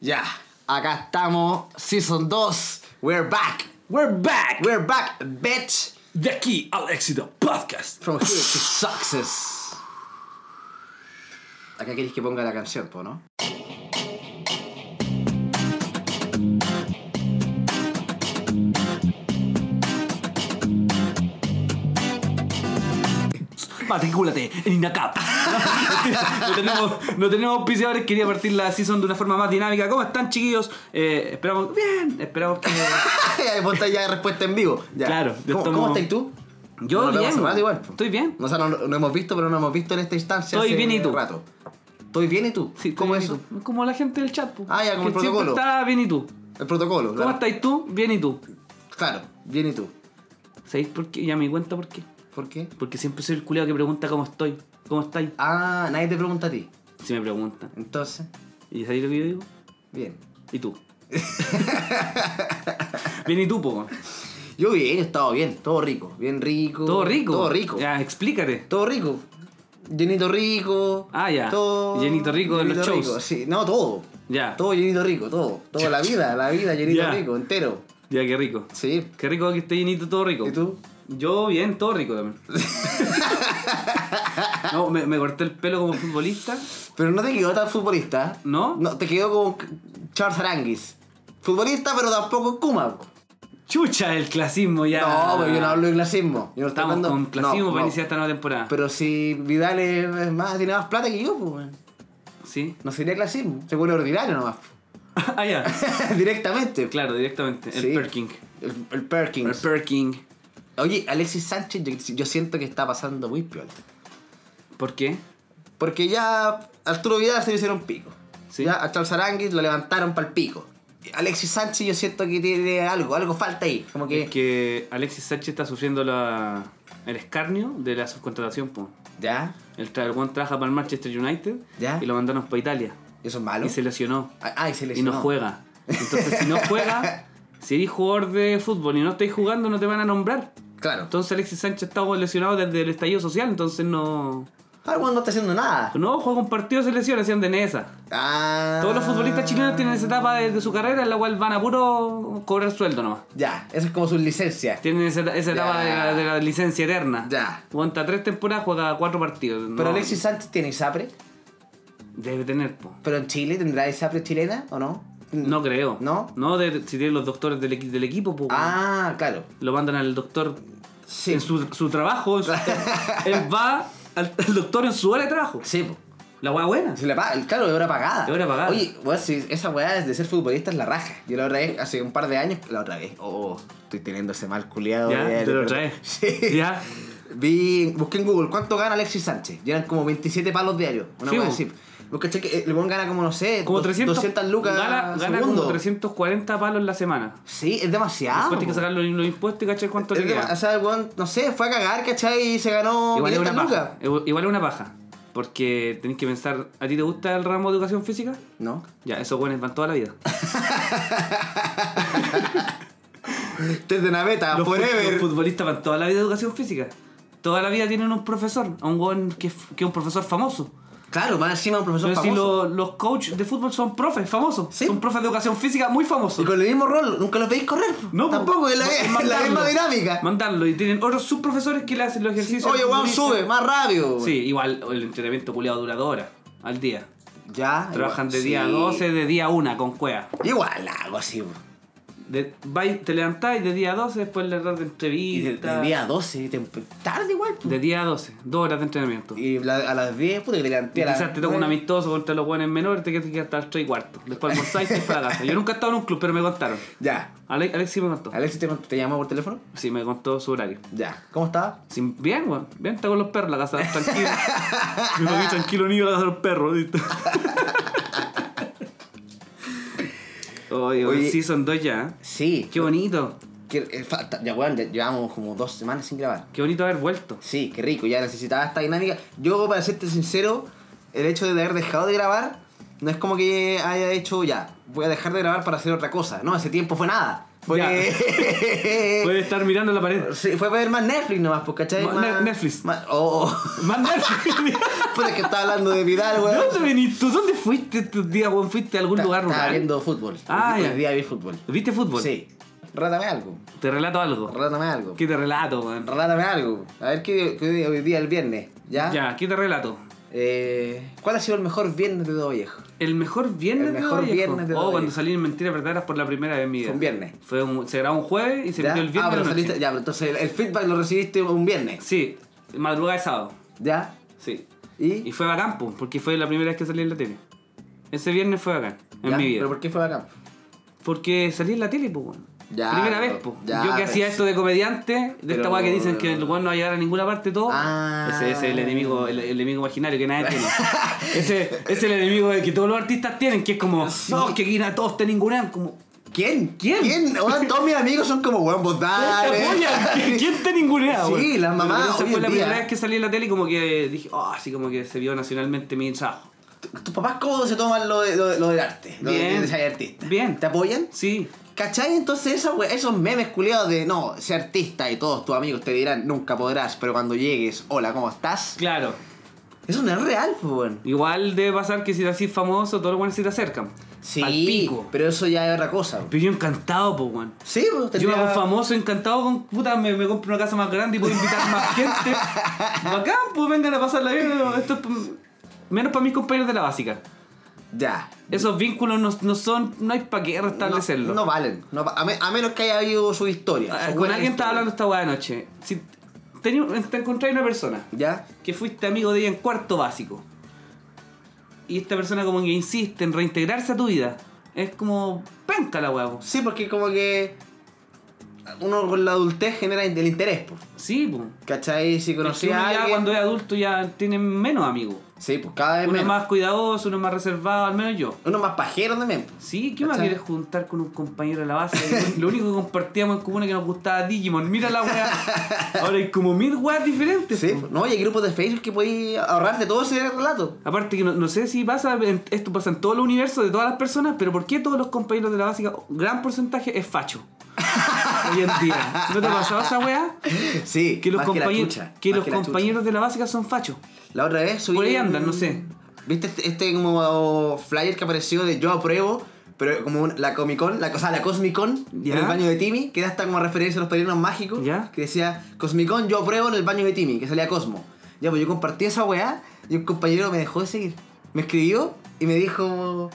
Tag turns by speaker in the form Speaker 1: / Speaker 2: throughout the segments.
Speaker 1: Ya, acá estamos, Season 2, we're back,
Speaker 2: We're back.
Speaker 1: we're back, bitch,
Speaker 2: De aquí al éxito podcast.
Speaker 1: from here to success. Acá queréis que ponga la canción, po, ¿no?
Speaker 2: Matricúlate en INACAP. no tenemos, no tenemos auspiciadores. Quería partir la season de una forma más dinámica. ¿Cómo están, chiquillos? Eh, esperamos. Bien, esperamos que.
Speaker 1: ya ponte ya de respuesta en vivo. ya.
Speaker 2: Claro, yo
Speaker 1: ¿Cómo,
Speaker 2: tomo-
Speaker 1: ¿cómo estás tú?
Speaker 2: Yo
Speaker 1: No, no te
Speaker 2: bien.
Speaker 1: pasa nada igual, po.
Speaker 2: Estoy bien.
Speaker 1: O sea, no, no hemos visto, pero no hemos visto en esta instancia
Speaker 2: Estoy
Speaker 1: hace
Speaker 2: bien, ¿y tú?
Speaker 1: rato. ¿Estoy bien y tú?
Speaker 2: Sí, estoy
Speaker 1: ¿Cómo
Speaker 2: bien,
Speaker 1: eso?
Speaker 2: ¿y tú? Como la gente del chat. po.
Speaker 1: Ah, ya, como el
Speaker 2: Que siempre
Speaker 1: protocolo.
Speaker 2: Está bien y tú. ¿Cómo
Speaker 1: El protocolo, claro.
Speaker 2: estáis tú? Bien y tú.
Speaker 1: Claro, bien y tú.
Speaker 2: ¿Sabéis por qué? Ya me di cuenta por qué.
Speaker 1: ¿Por qué?
Speaker 2: Porque siempre soy el culiao que pregunta cómo estoy. ¿Cómo estáis?
Speaker 1: Ah, nadie te pregunta a ti.
Speaker 2: Si me preguntan.
Speaker 1: Entonces,
Speaker 2: ¿Y sabéis lo que yo digo?
Speaker 1: bien.
Speaker 2: ¿Y tú? bien y tú, po.
Speaker 1: Yo bien, he estado bien, todo rico, bien rico.
Speaker 2: Todo rico.
Speaker 1: Todo rico.
Speaker 2: Ya, explícate.
Speaker 1: Todo rico. Llenito rico.
Speaker 2: Ah, ya.
Speaker 1: Todo.
Speaker 2: Llenito rico de los
Speaker 1: Llenito
Speaker 2: shows.
Speaker 1: rico, sí. No, todo.
Speaker 2: Ya.
Speaker 1: Todo llenito rico, todo. Toda la vida, la vida llenito
Speaker 2: Ya.
Speaker 1: rico, entero.
Speaker 2: Ya, qué rico.
Speaker 1: Sí.
Speaker 2: Qué rico que esté llenito todo rico.
Speaker 1: ¿Y tú?
Speaker 2: Yo bien, todo rico también. no, me, me corté el pelo como futbolista.
Speaker 1: Pero no te quedó tan futbolista.
Speaker 2: ¿No?
Speaker 1: No, te quedó como Charles Aranguis. Futbolista, pero tampoco Kuma.
Speaker 2: Chucha el clasismo ya.
Speaker 1: No, pero yo no hablo de clasismo. Yo no estoy
Speaker 2: Estamos
Speaker 1: hablando-
Speaker 2: con clasismo
Speaker 1: No,
Speaker 2: para
Speaker 1: no.
Speaker 2: iniciar esta nueva temporada.
Speaker 1: Pero si Vidal es más, tiene más plata que yo, pues, weón.
Speaker 2: ¿Sí?
Speaker 1: no sería clasismo. Se pone ordinario nomás.
Speaker 2: ah, ya.
Speaker 1: Directamente.
Speaker 2: Claro, directamente. El
Speaker 1: Sí.
Speaker 2: perking.
Speaker 1: El, el
Speaker 2: El
Speaker 1: Perkins.
Speaker 2: perking.
Speaker 1: Oye, Alexis Sánchez, yo, yo siento que está pasando muy piola.
Speaker 2: ¿Por qué?
Speaker 1: Porque ya Arturo Vidal se le hicieron pico.
Speaker 2: Sí.
Speaker 1: Ya a Charles Aranguis lo levantaron para el pico. Alexis Sánchez, yo siento que tiene algo, algo falta ahí. Como que.
Speaker 2: Es que Alexis Sánchez está sufriendo la, el escarnio de la subcontratación. po.
Speaker 1: ¿Ya?
Speaker 2: El, tra- el weón trabaja para el Manchester United
Speaker 1: Ya.
Speaker 2: y lo mandaron para Italia.
Speaker 1: ¿Eso es malo?
Speaker 2: Y se lesionó.
Speaker 1: Ah, ah, y se
Speaker 2: y no
Speaker 1: lesionó.
Speaker 2: juega. Entonces, si no juega, si eres jugador de fútbol y no estáis jugando, no te van a nombrar.
Speaker 1: Claro.
Speaker 2: Entonces, Alexis Sánchez está lesionado desde el estallido social, entonces no.
Speaker 1: Ah, bueno, no está haciendo nada.
Speaker 2: No, juega un partido, se lesiona, hacían de Nesa.
Speaker 1: Ah.
Speaker 2: Todos los futbolistas chilenos tienen esa etapa de, de su carrera en la cual van a puro cobrar sueldo nomás.
Speaker 1: Ya, eso es como su licencia.
Speaker 2: Tienen esa, esa etapa
Speaker 1: Ya.
Speaker 2: de la, de la licencia eterna.
Speaker 1: Ya.
Speaker 2: Aguanta tres temporadas, juega cuatro partidos.
Speaker 1: Pero
Speaker 2: No,
Speaker 1: Alexis Sánchez tiene ISAPRE.
Speaker 2: Debe tener, po.
Speaker 1: Pero en Chile, ¿tendrá ISAPRE chilena o no?
Speaker 2: No creo.
Speaker 1: Mm. ¿No?
Speaker 2: No, de- si tienen los doctores del, equi- del equipo, po.
Speaker 1: Ah, claro.
Speaker 2: Lo mandan al doctor
Speaker 1: Sí.
Speaker 2: en su, su trabajo. en su- él va al, al doctor en su hora de trabajo.
Speaker 1: Sí, po.
Speaker 2: La hueá buena.
Speaker 1: Se le paga, claro, de hora pagada.
Speaker 2: De hora pagada.
Speaker 1: Oye, weón, si esa weá es de ser futbolista es la raja. Yo la otra vez, hace un par de años, la otra vez, oh, estoy teniendo ese mal culiado.
Speaker 2: Ya,
Speaker 1: weón.
Speaker 2: te lo traes.
Speaker 1: Sí.
Speaker 2: Ya.
Speaker 1: Vi, busqué en Google cuánto gana Alexis Sánchez. Y eran como 27 palos diarios. Una
Speaker 2: Sí,
Speaker 1: weá
Speaker 2: bo.
Speaker 1: así. Vos caché que eh, el weón gana como, no sé,
Speaker 2: Como
Speaker 1: dos-
Speaker 2: 300,
Speaker 1: 200 lucas
Speaker 2: Gana, gana
Speaker 1: segundo.
Speaker 2: como 340 palos la semana.
Speaker 1: Sí, es demasiado.
Speaker 2: Después tienes que
Speaker 1: po.
Speaker 2: sacar los, los impuestos y cachar cuánto
Speaker 1: Es
Speaker 2: te
Speaker 1: dema-
Speaker 2: queda.
Speaker 1: o sea, el weón, no sé, fue a cagar, ¿cachai? Y se ganó
Speaker 2: Igual es
Speaker 1: 500
Speaker 2: una
Speaker 1: lucas.
Speaker 2: paja. Igu- Igual es una paja. Porque tenés que pensar, ¿a ti te gusta el ramo de educación física?
Speaker 1: ¿No?
Speaker 2: Ya, esos buenos van toda la vida.
Speaker 1: Desde Naveta,
Speaker 2: Los, fut-
Speaker 1: Ah, forever.
Speaker 2: los futbolistas van toda la vida de educación física. Toda la vida tienen un profesor, a un weón que, f- que es un profesor famoso.
Speaker 1: Claro, más encima un profesor
Speaker 2: Pero si
Speaker 1: famoso.
Speaker 2: lo- los coaches de fútbol son profes famosos,
Speaker 1: Sí.
Speaker 2: son profes de educación física muy
Speaker 1: Y
Speaker 2: famosos.
Speaker 1: con el mismo rol, nunca los veis correr.
Speaker 2: po.
Speaker 1: tampoco, es la,
Speaker 2: pues, Ma-
Speaker 1: es la
Speaker 2: mandarlo.
Speaker 1: misma dinámica.
Speaker 2: Mandarlo y tienen otros subprofesores que le hacen los ejercicios.
Speaker 1: Oye,
Speaker 2: al
Speaker 1: weón,
Speaker 2: futbolista.
Speaker 1: sube, más rápido.
Speaker 2: Sí, igual el entrenamiento culiado dura dos horas al día.
Speaker 1: Ya.
Speaker 2: Trabajan
Speaker 1: igual,
Speaker 2: de día
Speaker 1: sí.
Speaker 2: 12, de día 1 con cuea.
Speaker 1: Igual la hago así. po.
Speaker 2: De, vais- te levantáis de día 12, después le das de
Speaker 1: Y de,
Speaker 2: entrevista.
Speaker 1: de día 12, tem- tarde igual. po.
Speaker 2: De día 12, dos horas de entrenamiento. Y,
Speaker 1: Y la- a las 10, puta, que te levanté a las
Speaker 2: quizás te toca un
Speaker 1: nueve.
Speaker 2: amistoso contra los buenos menores, te quedas hasta las 3 y cuarto. Después almorzáis y te vas para la casa. Yo nunca he estado en un club, pero me contaron.
Speaker 1: Ya.
Speaker 2: Ale- Alex sí me contó.
Speaker 1: Alexis, ¿te, te llamó por teléfono?
Speaker 2: Sí, me contó su horario.
Speaker 1: Ya. ¿Cómo estaba?
Speaker 2: Sí, bien, weón. Bien, está con los perros la casa, tranquilo. Yo me tranquilo, niño, la casa de los perros. ¿viste?
Speaker 1: Oye.
Speaker 2: Oye, Oye, Season 2 ya. ¿eh?
Speaker 1: Sí.
Speaker 2: Qué bonito.
Speaker 1: Que- eh, falta- ya, weón, ya llevamos como dos semanas sin grabar.
Speaker 2: Qué bonito haber vuelto.
Speaker 1: Sí, qué rico, ya necesitaba esta dinámica. Yo, para serte sincero, el hecho de haber dejado de grabar No es como que haya hecho, ya, voy a dejar de grabar para hacer otra cosa. No, ese tiempo fue nada. Fue.
Speaker 2: Puede estar mirando la pared.
Speaker 1: Sí, fue ver más Netflix nomás, pues, ¿cachai?
Speaker 2: Ma-
Speaker 1: Más-
Speaker 2: Ne- Netflix.
Speaker 1: más- oh, oh.
Speaker 2: Más Netflix.
Speaker 1: Puta, es que estaba hablando de Vidal,
Speaker 2: ¿De
Speaker 1: weón.
Speaker 2: dónde venís tú? ¿Dónde fuiste estos días, weón? ¿Fuiste a algún
Speaker 1: Ta-
Speaker 2: lugar
Speaker 1: Estaba
Speaker 2: rural?
Speaker 1: viendo fútbol.
Speaker 2: Ah,
Speaker 1: Hoy
Speaker 2: ya.
Speaker 1: día vi fútbol.
Speaker 2: ¿Viste fútbol?
Speaker 1: Sí. Rátame algo.
Speaker 2: Te relato algo.
Speaker 1: Rátame algo.
Speaker 2: ¿Qué te relato, weón?
Speaker 1: Rátame algo. A ver qué, qué hoy día el viernes. ¿Ya?
Speaker 2: Ya, ¿qué te relato?
Speaker 1: Eh, ¿Cuál ha sido el mejor viernes de todo viejo?
Speaker 2: El mejor viernes
Speaker 1: El mejor
Speaker 2: de Vallejo.
Speaker 1: viernes de
Speaker 2: Oh,
Speaker 1: Vallejo.
Speaker 2: cuando salí en Mentiras Verdaderas por la primera vez en mi vida.
Speaker 1: Fue un viernes.
Speaker 2: Fue un- se grabó un jueves y se
Speaker 1: ¿Ya?
Speaker 2: emitió el viernes.
Speaker 1: ah, pero
Speaker 2: en la noche.
Speaker 1: saliste. Ya, pero entonces el, el feedback lo recibiste un viernes.
Speaker 2: Sí, madrugada de sábado.
Speaker 1: ¿Ya?
Speaker 2: Sí.
Speaker 1: ¿Y?
Speaker 2: Y fue bacán, po, porque fue la primera vez que salí en la tele. Ese viernes fue bacán, en
Speaker 1: ¿Ya?
Speaker 2: mi vida.
Speaker 1: ¿Pero por qué fue bacán?
Speaker 2: Porque salí en la tele, pues, weón.
Speaker 1: Ya,
Speaker 2: Primera
Speaker 1: pero-
Speaker 2: vez, pues.
Speaker 1: ya,
Speaker 2: Yo que
Speaker 1: pero-
Speaker 2: hacía esto de comediante, de esta
Speaker 1: Pero-
Speaker 2: weá que dicen que el weón no va a llegar a ninguna parte todo.
Speaker 1: Ah.
Speaker 2: Ese ese es el enemigo, el, el enemigo imaginario que nadie tiene. ese ese es el enemigo que todos los artistas tienen, que es como, no, que aquí na- todos te ningunean, como.
Speaker 1: ¿Quién?
Speaker 2: ¿Quién?
Speaker 1: ¿Quién? Weón, todos mis amigos son como, weón, vos
Speaker 2: "Todos te
Speaker 1: dale.
Speaker 2: apoyan, ¿Quién te ningunea,
Speaker 1: Sí,
Speaker 2: weón?"
Speaker 1: la
Speaker 2: Pero
Speaker 1: mamá
Speaker 2: Esa
Speaker 1: hoy
Speaker 2: fue
Speaker 1: en
Speaker 2: la
Speaker 1: día.
Speaker 2: primera vez que salí en la tele y como que dije, oh, así como que se vio nacionalmente mi trabajo.
Speaker 1: ¿Tus papás cómo se toman lo, de- lo, de- lo del arte? Lo de-
Speaker 2: Bien.
Speaker 1: de ser artista.
Speaker 2: Bien.
Speaker 1: ¿Te apoyan?
Speaker 2: Sí.
Speaker 1: ¿Cachai? Entonces esa we- esos memes culiados de no, sé artista y todos tus amigos te dirán nunca podrás, pero cuando llegues, hola, ¿cómo estás?
Speaker 2: Claro.
Speaker 1: Eso no es real, pues weón.
Speaker 2: Igual debe pasar que si te haces famoso, todos los buenos se te acercan.
Speaker 1: Sí,
Speaker 2: Al pico.
Speaker 1: pero eso ya es otra cosa. weón.
Speaker 2: Pero yo encantado, pues, weón.
Speaker 1: Sí, pues
Speaker 2: Yo me
Speaker 1: tendría-
Speaker 2: hago famoso, encantado con puta, me, me compro una casa más grande y puedo invitar más gente. Bacán, pues vengan a pasarla bien. Esto es pa- menos para mis compañeros de la básica.
Speaker 1: Ya.
Speaker 2: Esos vínculos no, no son, no hay para qué restablecerlos.
Speaker 1: No, no valen. No va- a, me- a menos que haya habido su historia.
Speaker 2: Ah,
Speaker 1: su
Speaker 2: con
Speaker 1: buena
Speaker 2: alguien estaba
Speaker 1: historia.
Speaker 2: hablando esta weá anoche. Si tenía un- te encontré una persona
Speaker 1: ¿Ya?
Speaker 2: que fuiste amigo de ella en cuarto básico. Y esta persona como que insiste en reintegrarse a tu vida. Es como, penca la weá, po.
Speaker 1: Sí, porque como que uno con la adultez genera el interés, pues.
Speaker 2: Sí, pues.
Speaker 1: ¿Cachai? Si
Speaker 2: Pero si
Speaker 1: conocía
Speaker 2: uno
Speaker 1: a
Speaker 2: ya
Speaker 1: alguien...
Speaker 2: cuando es adulto ya tiene menos amigos.
Speaker 1: Sí, pues cada vez
Speaker 2: Uno es
Speaker 1: menos.
Speaker 2: más cuidadoso, uno es más reservado, al menos yo.
Speaker 1: Uno más pajero también. po.
Speaker 2: Sí, ¿qué más
Speaker 1: ¿Cachai?
Speaker 2: quieres juntar con un compañero de la base? Lo único que compartíamos en común es que nos gustaba Digimon. Mira la weá. Ahora hay como mil weas diferentes.
Speaker 1: Sí,
Speaker 2: po.
Speaker 1: po. no, y hay grupos de Facebook que podéis ahorrarte todo ese relato.
Speaker 2: Aparte que no, no sé si pasa, en- esto pasa en todo el universo de todas las personas, pero ¿por qué todos los compañeros de la básica, gran porcentaje, es facho? Hoy en día. ¿No te ha pasado esa weá?
Speaker 1: Sí,
Speaker 2: Que los,
Speaker 1: más
Speaker 2: compañeros-
Speaker 1: la chucha,
Speaker 2: que
Speaker 1: más
Speaker 2: los
Speaker 1: la chucha.
Speaker 2: compañeros de la básica son fachos.
Speaker 1: La otra vez subí.
Speaker 2: Por ahí
Speaker 1: un-
Speaker 2: andan, no sé.
Speaker 1: ¿Viste este, este como flyer que apareció de Yo apruebo? Pero como un- la Comic Con, la, o sea, la Cosmic Con,
Speaker 2: Ya.
Speaker 1: en el baño de Timmy, que era hasta como referencia a los padrinos mágicos.
Speaker 2: Ya.
Speaker 1: Que decía Cosmic Con, yo apruebo en el baño de Timmy, que salía Cosmo. Ya, pues yo compartí esa weá y un compañero me dejó de seguir. Me escribió y me dijo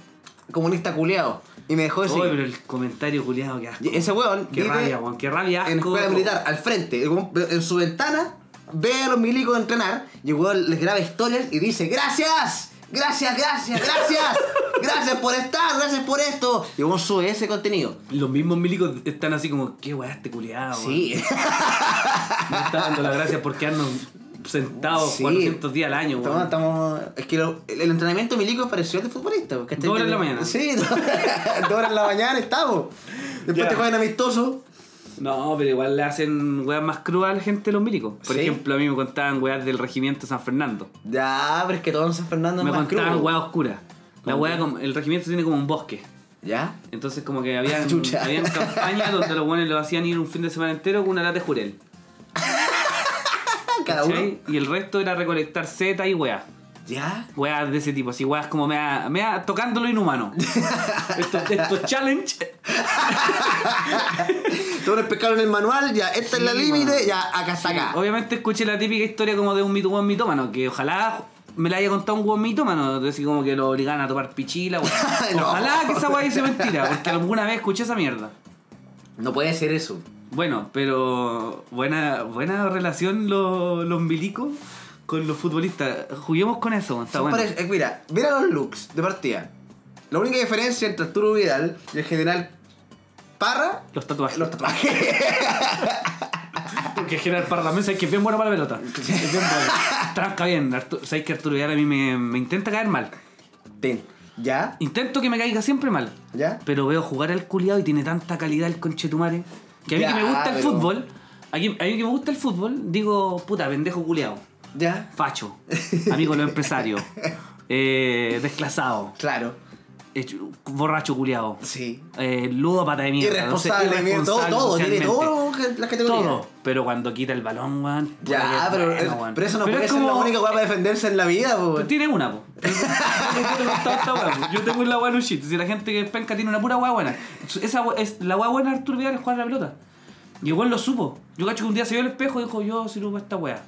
Speaker 1: comunista culeado. Y me dejó de
Speaker 2: Oye,
Speaker 1: seguir.
Speaker 2: pero el comentario culiado que asco.
Speaker 1: Y ese weón.
Speaker 2: Qué
Speaker 1: vive-
Speaker 2: rabia, weón, qué rabia.
Speaker 1: en
Speaker 2: asco.
Speaker 1: escuela militar, al frente, en su ventana, ve a los milicos entrenar y el weón les graba historias y dice, gracias, gracias, gracias, gracias, gracias por estar, gracias por esto. Y el weón sube ese contenido.
Speaker 2: Los mismos milicos están así como, qué weá este culiado.
Speaker 1: Sí,
Speaker 2: Me está dando las gracias por quedarnos sentados
Speaker 1: Sí.
Speaker 2: 400 días al año,
Speaker 1: estamos,
Speaker 2: weón.
Speaker 1: estamos- es que lo- el, el entrenamiento milico pareció el de futbolista. ¿cachai?
Speaker 2: Dos horas en la mañana.
Speaker 1: Sí, dos dos horas en la mañana estamos. Después
Speaker 2: Ya.
Speaker 1: te juegan amistoso.
Speaker 2: No, pero igual le hacen weas más crudas a la gente de los milicos. Por
Speaker 1: Sí.
Speaker 2: ejemplo, a mí me contaban weas del regimiento San Fernando.
Speaker 1: Ya, pero es que todo en San Fernando es
Speaker 2: me
Speaker 1: más
Speaker 2: contaban
Speaker 1: crudo.
Speaker 2: weas oscuras. La
Speaker 1: ¿Cómo
Speaker 2: wea
Speaker 1: qué?
Speaker 2: como- el regimiento tiene como un bosque.
Speaker 1: ¿Ya?
Speaker 2: Entonces como que habían,
Speaker 1: Ah, Chucha.
Speaker 2: habían campañas donde los weones lo hacían ir un fin de semana entero con una lata de jurel.
Speaker 1: Cada uno.
Speaker 2: ¿cachai? Y el resto era recolectar setas y weas.
Speaker 1: ¿Ya?
Speaker 2: Weas de ese tipo, así weas como me da, me da tocando lo inhumano. estos estos challenge.
Speaker 1: Todos les pescaron el manual, ya, esta
Speaker 2: Sí,
Speaker 1: es la límite,
Speaker 2: weón.
Speaker 1: ya, acá está acá.
Speaker 2: Obviamente escuché la típica historia como de un mito weón mitómano, que ojalá me la haya contado un weón mitómano, de así como que lo obligaban a tomar pichila, weón.
Speaker 1: No.
Speaker 2: Ojalá que esa weá sea mentira, porque alguna vez escuché esa mierda.
Speaker 1: No puede ser eso.
Speaker 2: Bueno, pero buena, buena relación lo- los milicos con los futbolistas. Juguemos con eso, weón, está
Speaker 1: Son
Speaker 2: bueno.
Speaker 1: pare- eh, Mira, mira los looks de partida. La única diferencia entre Arturo Vidal y el general Parra
Speaker 2: Los tatuajes.
Speaker 1: es los tatuajes.
Speaker 2: Porque Gerard Parra también sabes que es bien bueno para la pelota. Es bien bueno. Tranca bien. Artu- sabes que Arturo Vidal a mí me, me intenta caer mal.
Speaker 1: Ten. ¿Ya?
Speaker 2: Intento que me caiga siempre mal.
Speaker 1: ¿Ya?
Speaker 2: Pero veo jugar al culiado y tiene tanta calidad el conchetumare. Que a mí
Speaker 1: Ya,
Speaker 2: que me gusta el
Speaker 1: pero-
Speaker 2: fútbol, aquí, a mí que me gusta el fútbol, digo, puta, pendejo culiado,
Speaker 1: ¿Ya?
Speaker 2: facho, amigo de los empresarios, eh, desclasado,
Speaker 1: Claro,
Speaker 2: hecho- borracho culiado,
Speaker 1: sí.
Speaker 2: eh, ludo pata de mierda. no sé,
Speaker 1: Irresponsable, mira, todo,
Speaker 2: irresponsable
Speaker 1: todo, tiene
Speaker 2: socialmente.
Speaker 1: todo las categorías.
Speaker 2: Todo, pero cuando quita el balón, weón. puta
Speaker 1: Ya,
Speaker 2: que es
Speaker 1: pero,
Speaker 2: bueno,
Speaker 1: eh,
Speaker 2: weón.
Speaker 1: pero eso no
Speaker 2: Pero
Speaker 1: puede
Speaker 2: es
Speaker 1: ser la
Speaker 2: como-
Speaker 1: única weá para defenderse en la vida, po.
Speaker 2: Pero Tiene una, po. Pero yo tengo esta- esta weá, po. Yo tengo la weá en un shit. Si la gente que es penca tiene una pura weá buena. Esa weá- es, la weá buena de Arturo Vidal es jugar a la pelota. Y igual lo supo. Yo cacho que un día se vio al espejo y dijo, yo sirvo para esta weá.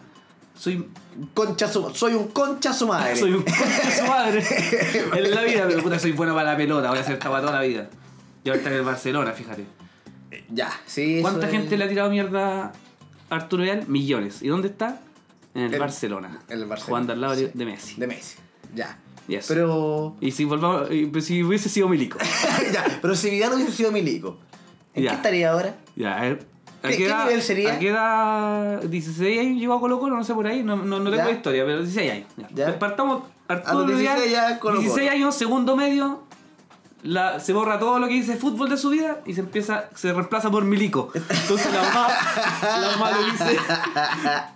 Speaker 2: Soy,
Speaker 1: Concha su- soy un concha su madre.
Speaker 2: soy un concha de su madre en la vida, pero puta, soy bueno para la pelota, voy a hacer esta weá toda la vida. Y ahora está en el Barcelona, fíjate.
Speaker 1: Ya, sí.
Speaker 2: ¿Cuánta
Speaker 1: soy-
Speaker 2: gente le ha tirado mierda a Arturo Vidal? Millones. ¿Y dónde está? En el,
Speaker 1: En-
Speaker 2: Barcelona.
Speaker 1: en el Barcelona,
Speaker 2: Jugando al lado
Speaker 1: sí.
Speaker 2: de Messi.
Speaker 1: De Messi. Ya.
Speaker 2: Yes.
Speaker 1: Pero.
Speaker 2: Y si volvamos, y, pues, si hubiese sido Milico.
Speaker 1: ya, pero si Vidal hubiese sido milico, ¿en
Speaker 2: Ya.
Speaker 1: qué estaría ahora?
Speaker 2: Ya, a ver. ¿A
Speaker 1: ¿Qué- qué
Speaker 2: edad-
Speaker 1: nivel sería?
Speaker 2: ¿A qué edad? 16 años llegó a Colo Colo, no sé por ahí, no, no, no tengo
Speaker 1: Ya.
Speaker 2: historia, pero 16 años. Ya.
Speaker 1: Ya.
Speaker 2: Partamos Arturo
Speaker 1: A los 16
Speaker 2: Vidal,
Speaker 1: ya Colo-Colo.
Speaker 2: 16 años, segundo medio, la- se borra todo lo que dice fútbol de su vida y se empieza, se reemplaza por Milico. Entonces la mamá, la mamá le dice,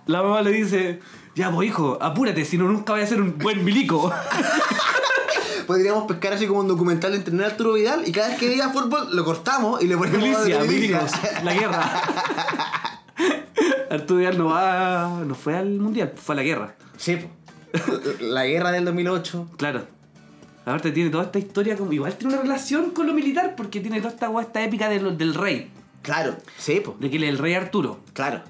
Speaker 2: la mamá le dice, ya pues hijo, apúrate, si no nunca voy a ser un buen Milico.
Speaker 1: Podríamos pescar así como un documental de entrenar a Arturo Vidal y cada vez que diga fútbol lo cortamos y le ponemos
Speaker 2: Milicia,
Speaker 1: de
Speaker 2: milicos, la guerra. Arturo Vidal no va, no fue al mundial, fue a la guerra.
Speaker 1: Sí, po. la guerra del 2008.
Speaker 2: Claro. Aparte tiene toda esta historia como. Igual tiene una relación con lo militar, porque tiene toda esta guay, esta épica de lo- del rey.
Speaker 1: Claro, sí, po.
Speaker 2: De que él es el rey Arturo.
Speaker 1: Claro.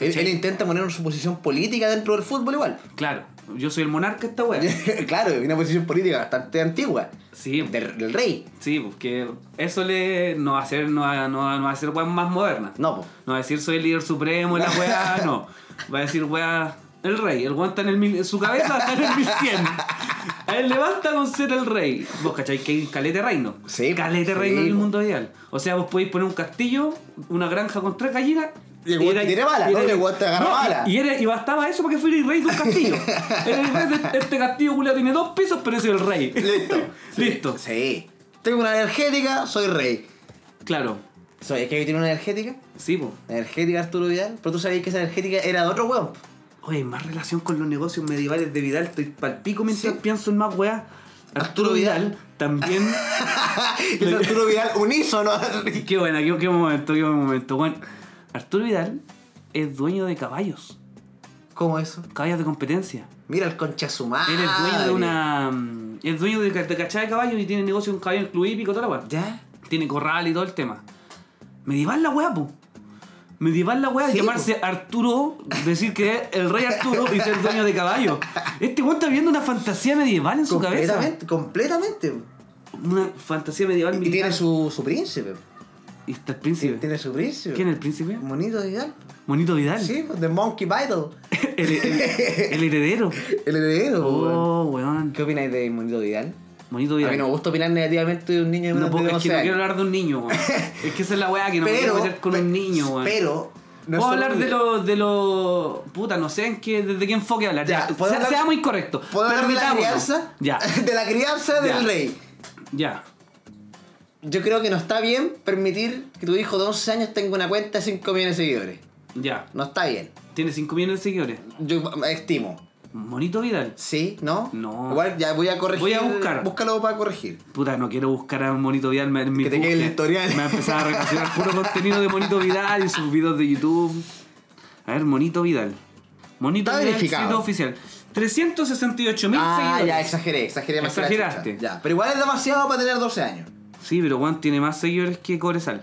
Speaker 1: Él, él intenta poner su posición política dentro del fútbol igual.
Speaker 2: Claro. Yo soy el monarca de esta wea.
Speaker 1: claro, una posición política bastante antigua.
Speaker 2: Sí.
Speaker 1: Del, del rey.
Speaker 2: Sí, porque eso le no va a ser, no va, no va- no va a ser weas más moderna.
Speaker 1: No, po.
Speaker 2: No va a decir soy el líder supremo, la wea, no. Va a decir wea, el rey, el weón está en el mil- su cabeza está en el 1100. A él le basta con ser el rey. Vos cachai que hay calete reino.
Speaker 1: Sí, po,
Speaker 2: Calete
Speaker 1: sí, pues.
Speaker 2: reino en el
Speaker 1: po.
Speaker 2: mundo ideal. O sea, vos podéis poner un castillo, una granja con tres gallinas.
Speaker 1: Y el weón
Speaker 2: erais-
Speaker 1: tiene bala,
Speaker 2: y
Speaker 1: ¿no?
Speaker 2: erais-
Speaker 1: El weón te agarra
Speaker 2: No, y-
Speaker 1: bala.
Speaker 2: Y, era- y bastaba eso para que fuera el rey de un castillo. Era el rey de- este castillo, culiao, tiene dos pisos, pero ese es el rey.
Speaker 1: Listo.
Speaker 2: Listo.
Speaker 1: Sí. Tengo una energética, soy rey.
Speaker 2: Claro.
Speaker 1: Soy, ¿Es que yo tiene una energética?
Speaker 2: Sí, pues.
Speaker 1: Energética Arturo Vidal. Pero tú sabías que esa energética era de otro weón. po.
Speaker 2: Oye, hay más relación con los negocios medievales de Vidal. Estoy palpico mientras
Speaker 1: Sí.
Speaker 2: pienso en más weas. Arturo
Speaker 1: Arturo
Speaker 2: Vidal también.
Speaker 1: es Arturo Vidal unísono.
Speaker 2: qué buena, qué, qué momento, qué buen momento. Bueno, Arturo Vidal es dueño de caballos,
Speaker 1: ¿Cómo eso?
Speaker 2: caballos de competencia.
Speaker 1: Mira el concha su madre.
Speaker 2: Él es dueño de una. mm, Es dueño de, ca- de cachada de caballos y tiene negocio con caballos en club hípico, toda la wea.
Speaker 1: ¿Ya?
Speaker 2: Tiene corral y todo el tema. Medieval la wea, po. Medieval la wea,
Speaker 1: Sí,
Speaker 2: llamarse Arturo, decir que es el rey Arturo y ser dueño de caballo. Este weón está viviendo una fantasía medieval en su cabeza.
Speaker 1: Completamente, completamente. po.
Speaker 2: Una fantasía medieval
Speaker 1: Y, y
Speaker 2: militar.
Speaker 1: tiene su, su príncipe. po.
Speaker 2: Y está el príncipe.
Speaker 1: Tiene su príncipe.
Speaker 2: ¿Quién es el príncipe?
Speaker 1: Monito Vidal.
Speaker 2: Monito Vidal.
Speaker 1: Sí, po, The Monkey Vidal.
Speaker 2: El, el- el heredero.
Speaker 1: El heredero. po, weón.
Speaker 2: Oh, weón.
Speaker 1: ¿Qué opináis de Monito Vidal?
Speaker 2: Monito
Speaker 1: A mí
Speaker 2: Vidal.
Speaker 1: no me gusta opinar negativamente de un niño de
Speaker 2: No
Speaker 1: menos
Speaker 2: puedo-
Speaker 1: de
Speaker 2: es
Speaker 1: 11
Speaker 2: que no
Speaker 1: años.
Speaker 2: quiero hablar de un niño, weón. Es que esa es la weá que no me quiero meter con
Speaker 1: pe-
Speaker 2: un niño, weón.
Speaker 1: Pero. no
Speaker 2: Puedo
Speaker 1: solo-
Speaker 2: hablar de los. de los. Puta, no sé en qué, desde qué enfoque hablar. Ya,
Speaker 1: Ya, ¿puedo
Speaker 2: sea-
Speaker 1: hablar-
Speaker 2: seamos incorrectos.
Speaker 1: ¿Puedo hablar de la
Speaker 2: Permitámonos.
Speaker 1: crianza?
Speaker 2: Ya,
Speaker 1: De la crianza del
Speaker 2: Ya.
Speaker 1: rey.
Speaker 2: ya.
Speaker 1: Yo creo que no está bien permitir que tu hijo de 11 años tenga una cuenta de 5 millones de seguidores.
Speaker 2: Ya.
Speaker 1: No está bien.
Speaker 2: Tiene 5 millones de seguidores.
Speaker 1: Yo estimo.
Speaker 2: Monito Vidal.
Speaker 1: ¿Sí? ¿No?
Speaker 2: No.
Speaker 1: Igual ya voy a corregir.
Speaker 2: Voy a buscar.
Speaker 1: Búscalo para corregir.
Speaker 2: Puta, no quiero buscar a Monito Vidal me- en mi
Speaker 1: Que te quede el
Speaker 2: búsqueda.
Speaker 1: historial.
Speaker 2: Me va a empezar a relacionar puro contenido de Monito Vidal y sus videos de YouTube. A ver, Monito Vidal. Monito
Speaker 1: Está
Speaker 2: Vidal,
Speaker 1: verificado.
Speaker 2: sitio oficial. 368 mil
Speaker 1: Ah, ya,
Speaker 2: seguidores.
Speaker 1: exageré, exageré más que la
Speaker 2: Exageraste.
Speaker 1: chucha. Ya, pero igual es demasiado para tener 12 años.
Speaker 2: Sí, pero Juan tiene más seguidores que Cobresal.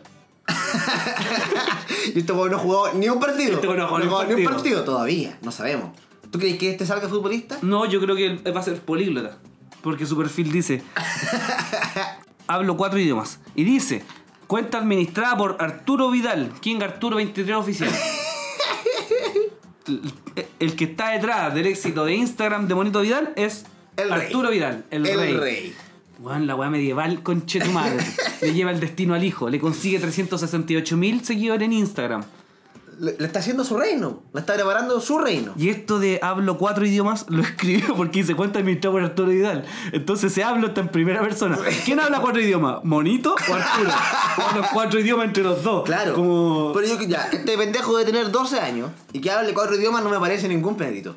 Speaker 1: Y este weón no jugó ni un partido.
Speaker 2: Este weón no jugó ni un
Speaker 1: jugó ni un
Speaker 2: partido.
Speaker 1: partido todavía. No sabemos. ¿Tú crees que este salga futbolista?
Speaker 2: No, yo creo que él va a ser políglota. Porque su perfil dice: Hablo cuatro idiomas. Y dice: Cuenta administrada por Arturo Vidal, King Arturo 23 oficial. El- El que está detrás del éxito de Instagram de Monito Vidal es
Speaker 1: El rey.
Speaker 2: Arturo Vidal, el, rey. Weón, la weá medieval, conche tu madre. le lleva el destino al hijo. Le consigue 368 mil seguidores en Instagram.
Speaker 1: Le, le está haciendo su reino. Le está preparando su reino.
Speaker 2: Y esto de hablo cuatro idiomas lo escribió porque dice cuenta administrado por Arturo Vidal. Entonces se habla hasta en primera persona. ¿Quién habla cuatro idiomas? ¿Monito o Arturo? O los cuatro idiomas entre los dos.
Speaker 1: Claro.
Speaker 2: Como.
Speaker 1: Pero yo que ya, este pendejo de tener 12 años y que hable cuatro idiomas no me parece ningún mérito.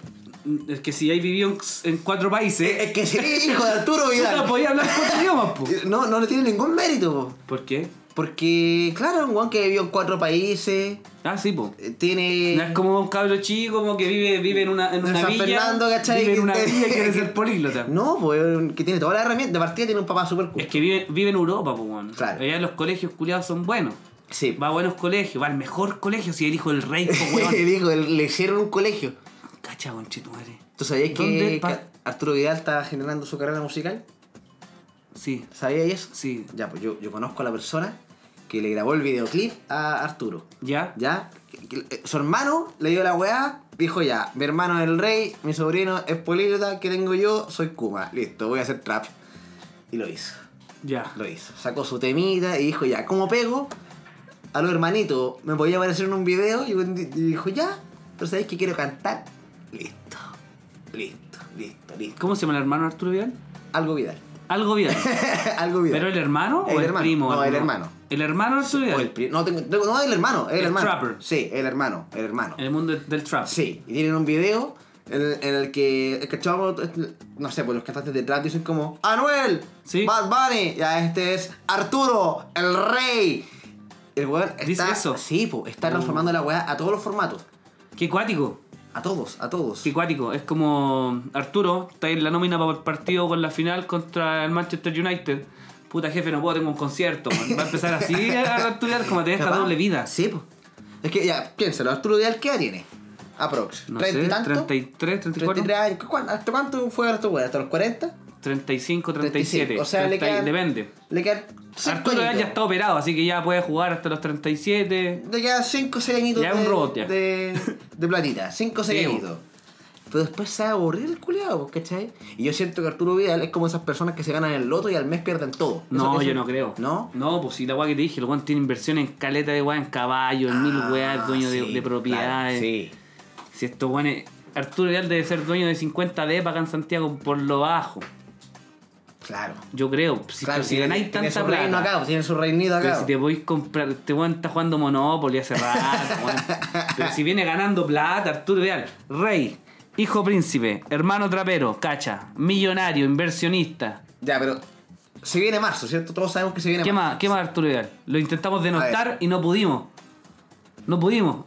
Speaker 2: Es que si hay vivido en, en cuatro países,
Speaker 1: Es que sería hijo de Arturo
Speaker 2: puta,
Speaker 1: Vidal.
Speaker 2: podía hablar cuatro idiomas, po.
Speaker 1: Eh, No, no le tiene ningún mérito, po.
Speaker 2: ¿Por qué?
Speaker 1: Porque, claro, un weón que vivió en cuatro países,
Speaker 2: Ah, sí, po.
Speaker 1: eh, tiene...
Speaker 2: No es como un cabro chico como que vive, vive en una, en
Speaker 1: En
Speaker 2: una
Speaker 1: San
Speaker 2: villa.
Speaker 1: Fernando, ¿cachai?
Speaker 2: Vive en una
Speaker 1: Que-
Speaker 2: villa y quiere ser políglota.
Speaker 1: No, pues que tiene todas las herramientas. De partida tiene un papá super cool.
Speaker 2: Es que vive, vive en Europa, pues, weón.
Speaker 1: Claro.
Speaker 2: Allá los colegios culiados son buenos.
Speaker 1: Sí.
Speaker 2: Va a buenos colegios, va al mejor colegio si el hijo del rey, po,
Speaker 1: Le
Speaker 2: weón.
Speaker 1: dijo, le hicieron un colegio.
Speaker 2: Cacha, conchetumare.
Speaker 1: ¿Tú sabías
Speaker 2: ¿Dónde
Speaker 1: que
Speaker 2: pa-
Speaker 1: Ca- Arturo Vidal está generando su carrera musical?
Speaker 2: Sí,
Speaker 1: ¿Sabías eso?
Speaker 2: sí.
Speaker 1: Ya, pues yo, yo conozco a la persona que le grabó el videoclip a Arturo.
Speaker 2: ¿Ya?
Speaker 1: ¿Ya? Que- que- eh, Su hermano le dio la weá, dijo ya, mi hermano es el rey, mi sobrino es políglota, que tengo yo, soy Kuma. Listo, voy a hacer trap. Y lo hizo.
Speaker 2: Ya.
Speaker 1: Lo hizo. Sacó su temita y dijo, ya, ¿cómo pego? A los hermanitos, me podía aparecer en un video y un di- y dijo, ya, pero sabéis que quiero cantar. Listo, listo, listo, listo.
Speaker 2: ¿Cómo se llama el hermano de Arturo Vidal?
Speaker 1: Algo Vidal.
Speaker 2: Algo Vidal.
Speaker 1: Algo Vidal.
Speaker 2: ¿Pero el hermano
Speaker 1: El
Speaker 2: o el
Speaker 1: hermano.
Speaker 2: primo?
Speaker 1: No, el hermano.
Speaker 2: ¿El hermano de Arturo
Speaker 1: O el
Speaker 2: Vidal?
Speaker 1: pri- no, tengo, tengo- no, el hermano, el,
Speaker 2: El
Speaker 1: hermano.
Speaker 2: trapper.
Speaker 1: Sí, el hermano, el hermano.
Speaker 2: En el mundo del- del trap.
Speaker 1: Sí, y tienen un video en, en el que el cachorro, no sé, pues los cantantes de trap dicen como, Anuel,
Speaker 2: Sí.
Speaker 1: Bad Bunny, ya este es Arturo, el rey. El weón está,
Speaker 2: ¿Dice eso?
Speaker 1: Sí, po, está transformando la weá a todos los formatos.
Speaker 2: Qué cuático.
Speaker 1: A todos, a todos.
Speaker 2: Qué cuático. Es como Arturo, está en la nómina para el partido con la final contra el Manchester United. Puta jefe, no puedo, tengo un concierto. man. Va a empezar así a Arturo Vidal como tener esta
Speaker 1: Capaz.
Speaker 2: doble vida.
Speaker 1: Sí, pues. Es que ya, piénsalo, Arturo Vidal, ¿qué edad tiene? Aprox.
Speaker 2: No
Speaker 1: ¿30
Speaker 2: sé,
Speaker 1: y tanto?
Speaker 2: 33, 34,
Speaker 1: 33 años. ¿Cuán- ¿Hasta cuánto fue Arturo Vidal? ¿Hasta los 40?
Speaker 2: 35, 37.
Speaker 1: O sea, le
Speaker 2: 30 y-
Speaker 1: quedan-
Speaker 2: Depende.
Speaker 1: Le quedan. cinco
Speaker 2: Arturo Vidal ya
Speaker 1: añitos.
Speaker 2: está operado, así que ya puede jugar hasta los 37.
Speaker 1: De ya 5 o 6 añitos
Speaker 2: Ya es
Speaker 1: de,
Speaker 2: un robot, ya.
Speaker 1: de, de platita, 5 o 6
Speaker 2: Sí, bo.
Speaker 1: añitos. Pero después se va a aburrir el culiado, ¿cachai? Y yo siento que Arturo Vidal es como esas personas que se ganan el loto y al mes pierden todo.
Speaker 2: No,
Speaker 1: Eso- eso-
Speaker 2: yo no creo.
Speaker 1: ¿No?
Speaker 2: No, pues si la weá que te dije, el weón tiene inversiones en caleta de weá, en caballo, en mil weá, es dueño de,
Speaker 1: Ah, sí,
Speaker 2: de propiedades.
Speaker 1: claro, sí.
Speaker 2: Si estos weones. Arturo Vidal debe ser dueño de 50 de acá en Santiago por lo bajo.
Speaker 1: Claro.
Speaker 2: Yo creo. Si,
Speaker 1: claro,
Speaker 2: pero si ganáis
Speaker 1: tiene
Speaker 2: tanta
Speaker 1: su reino
Speaker 2: plata.
Speaker 1: acá, pues, tiene su reinito
Speaker 2: Pero
Speaker 1: acá.
Speaker 2: si te podéis comprar, este weón está jugando Monopoly hace rato, weón. Pero si viene ganando plata, Arturo Vidal, rey, hijo príncipe, hermano trapero, cacha, millonario, inversionista.
Speaker 1: Ya, pero se viene marzo, ¿cierto? Todos sabemos que se viene
Speaker 2: ¿Qué
Speaker 1: marzo.
Speaker 2: más, ¿Qué más Arturo Vidal? Lo intentamos denotar y no pudimos. No pudimos.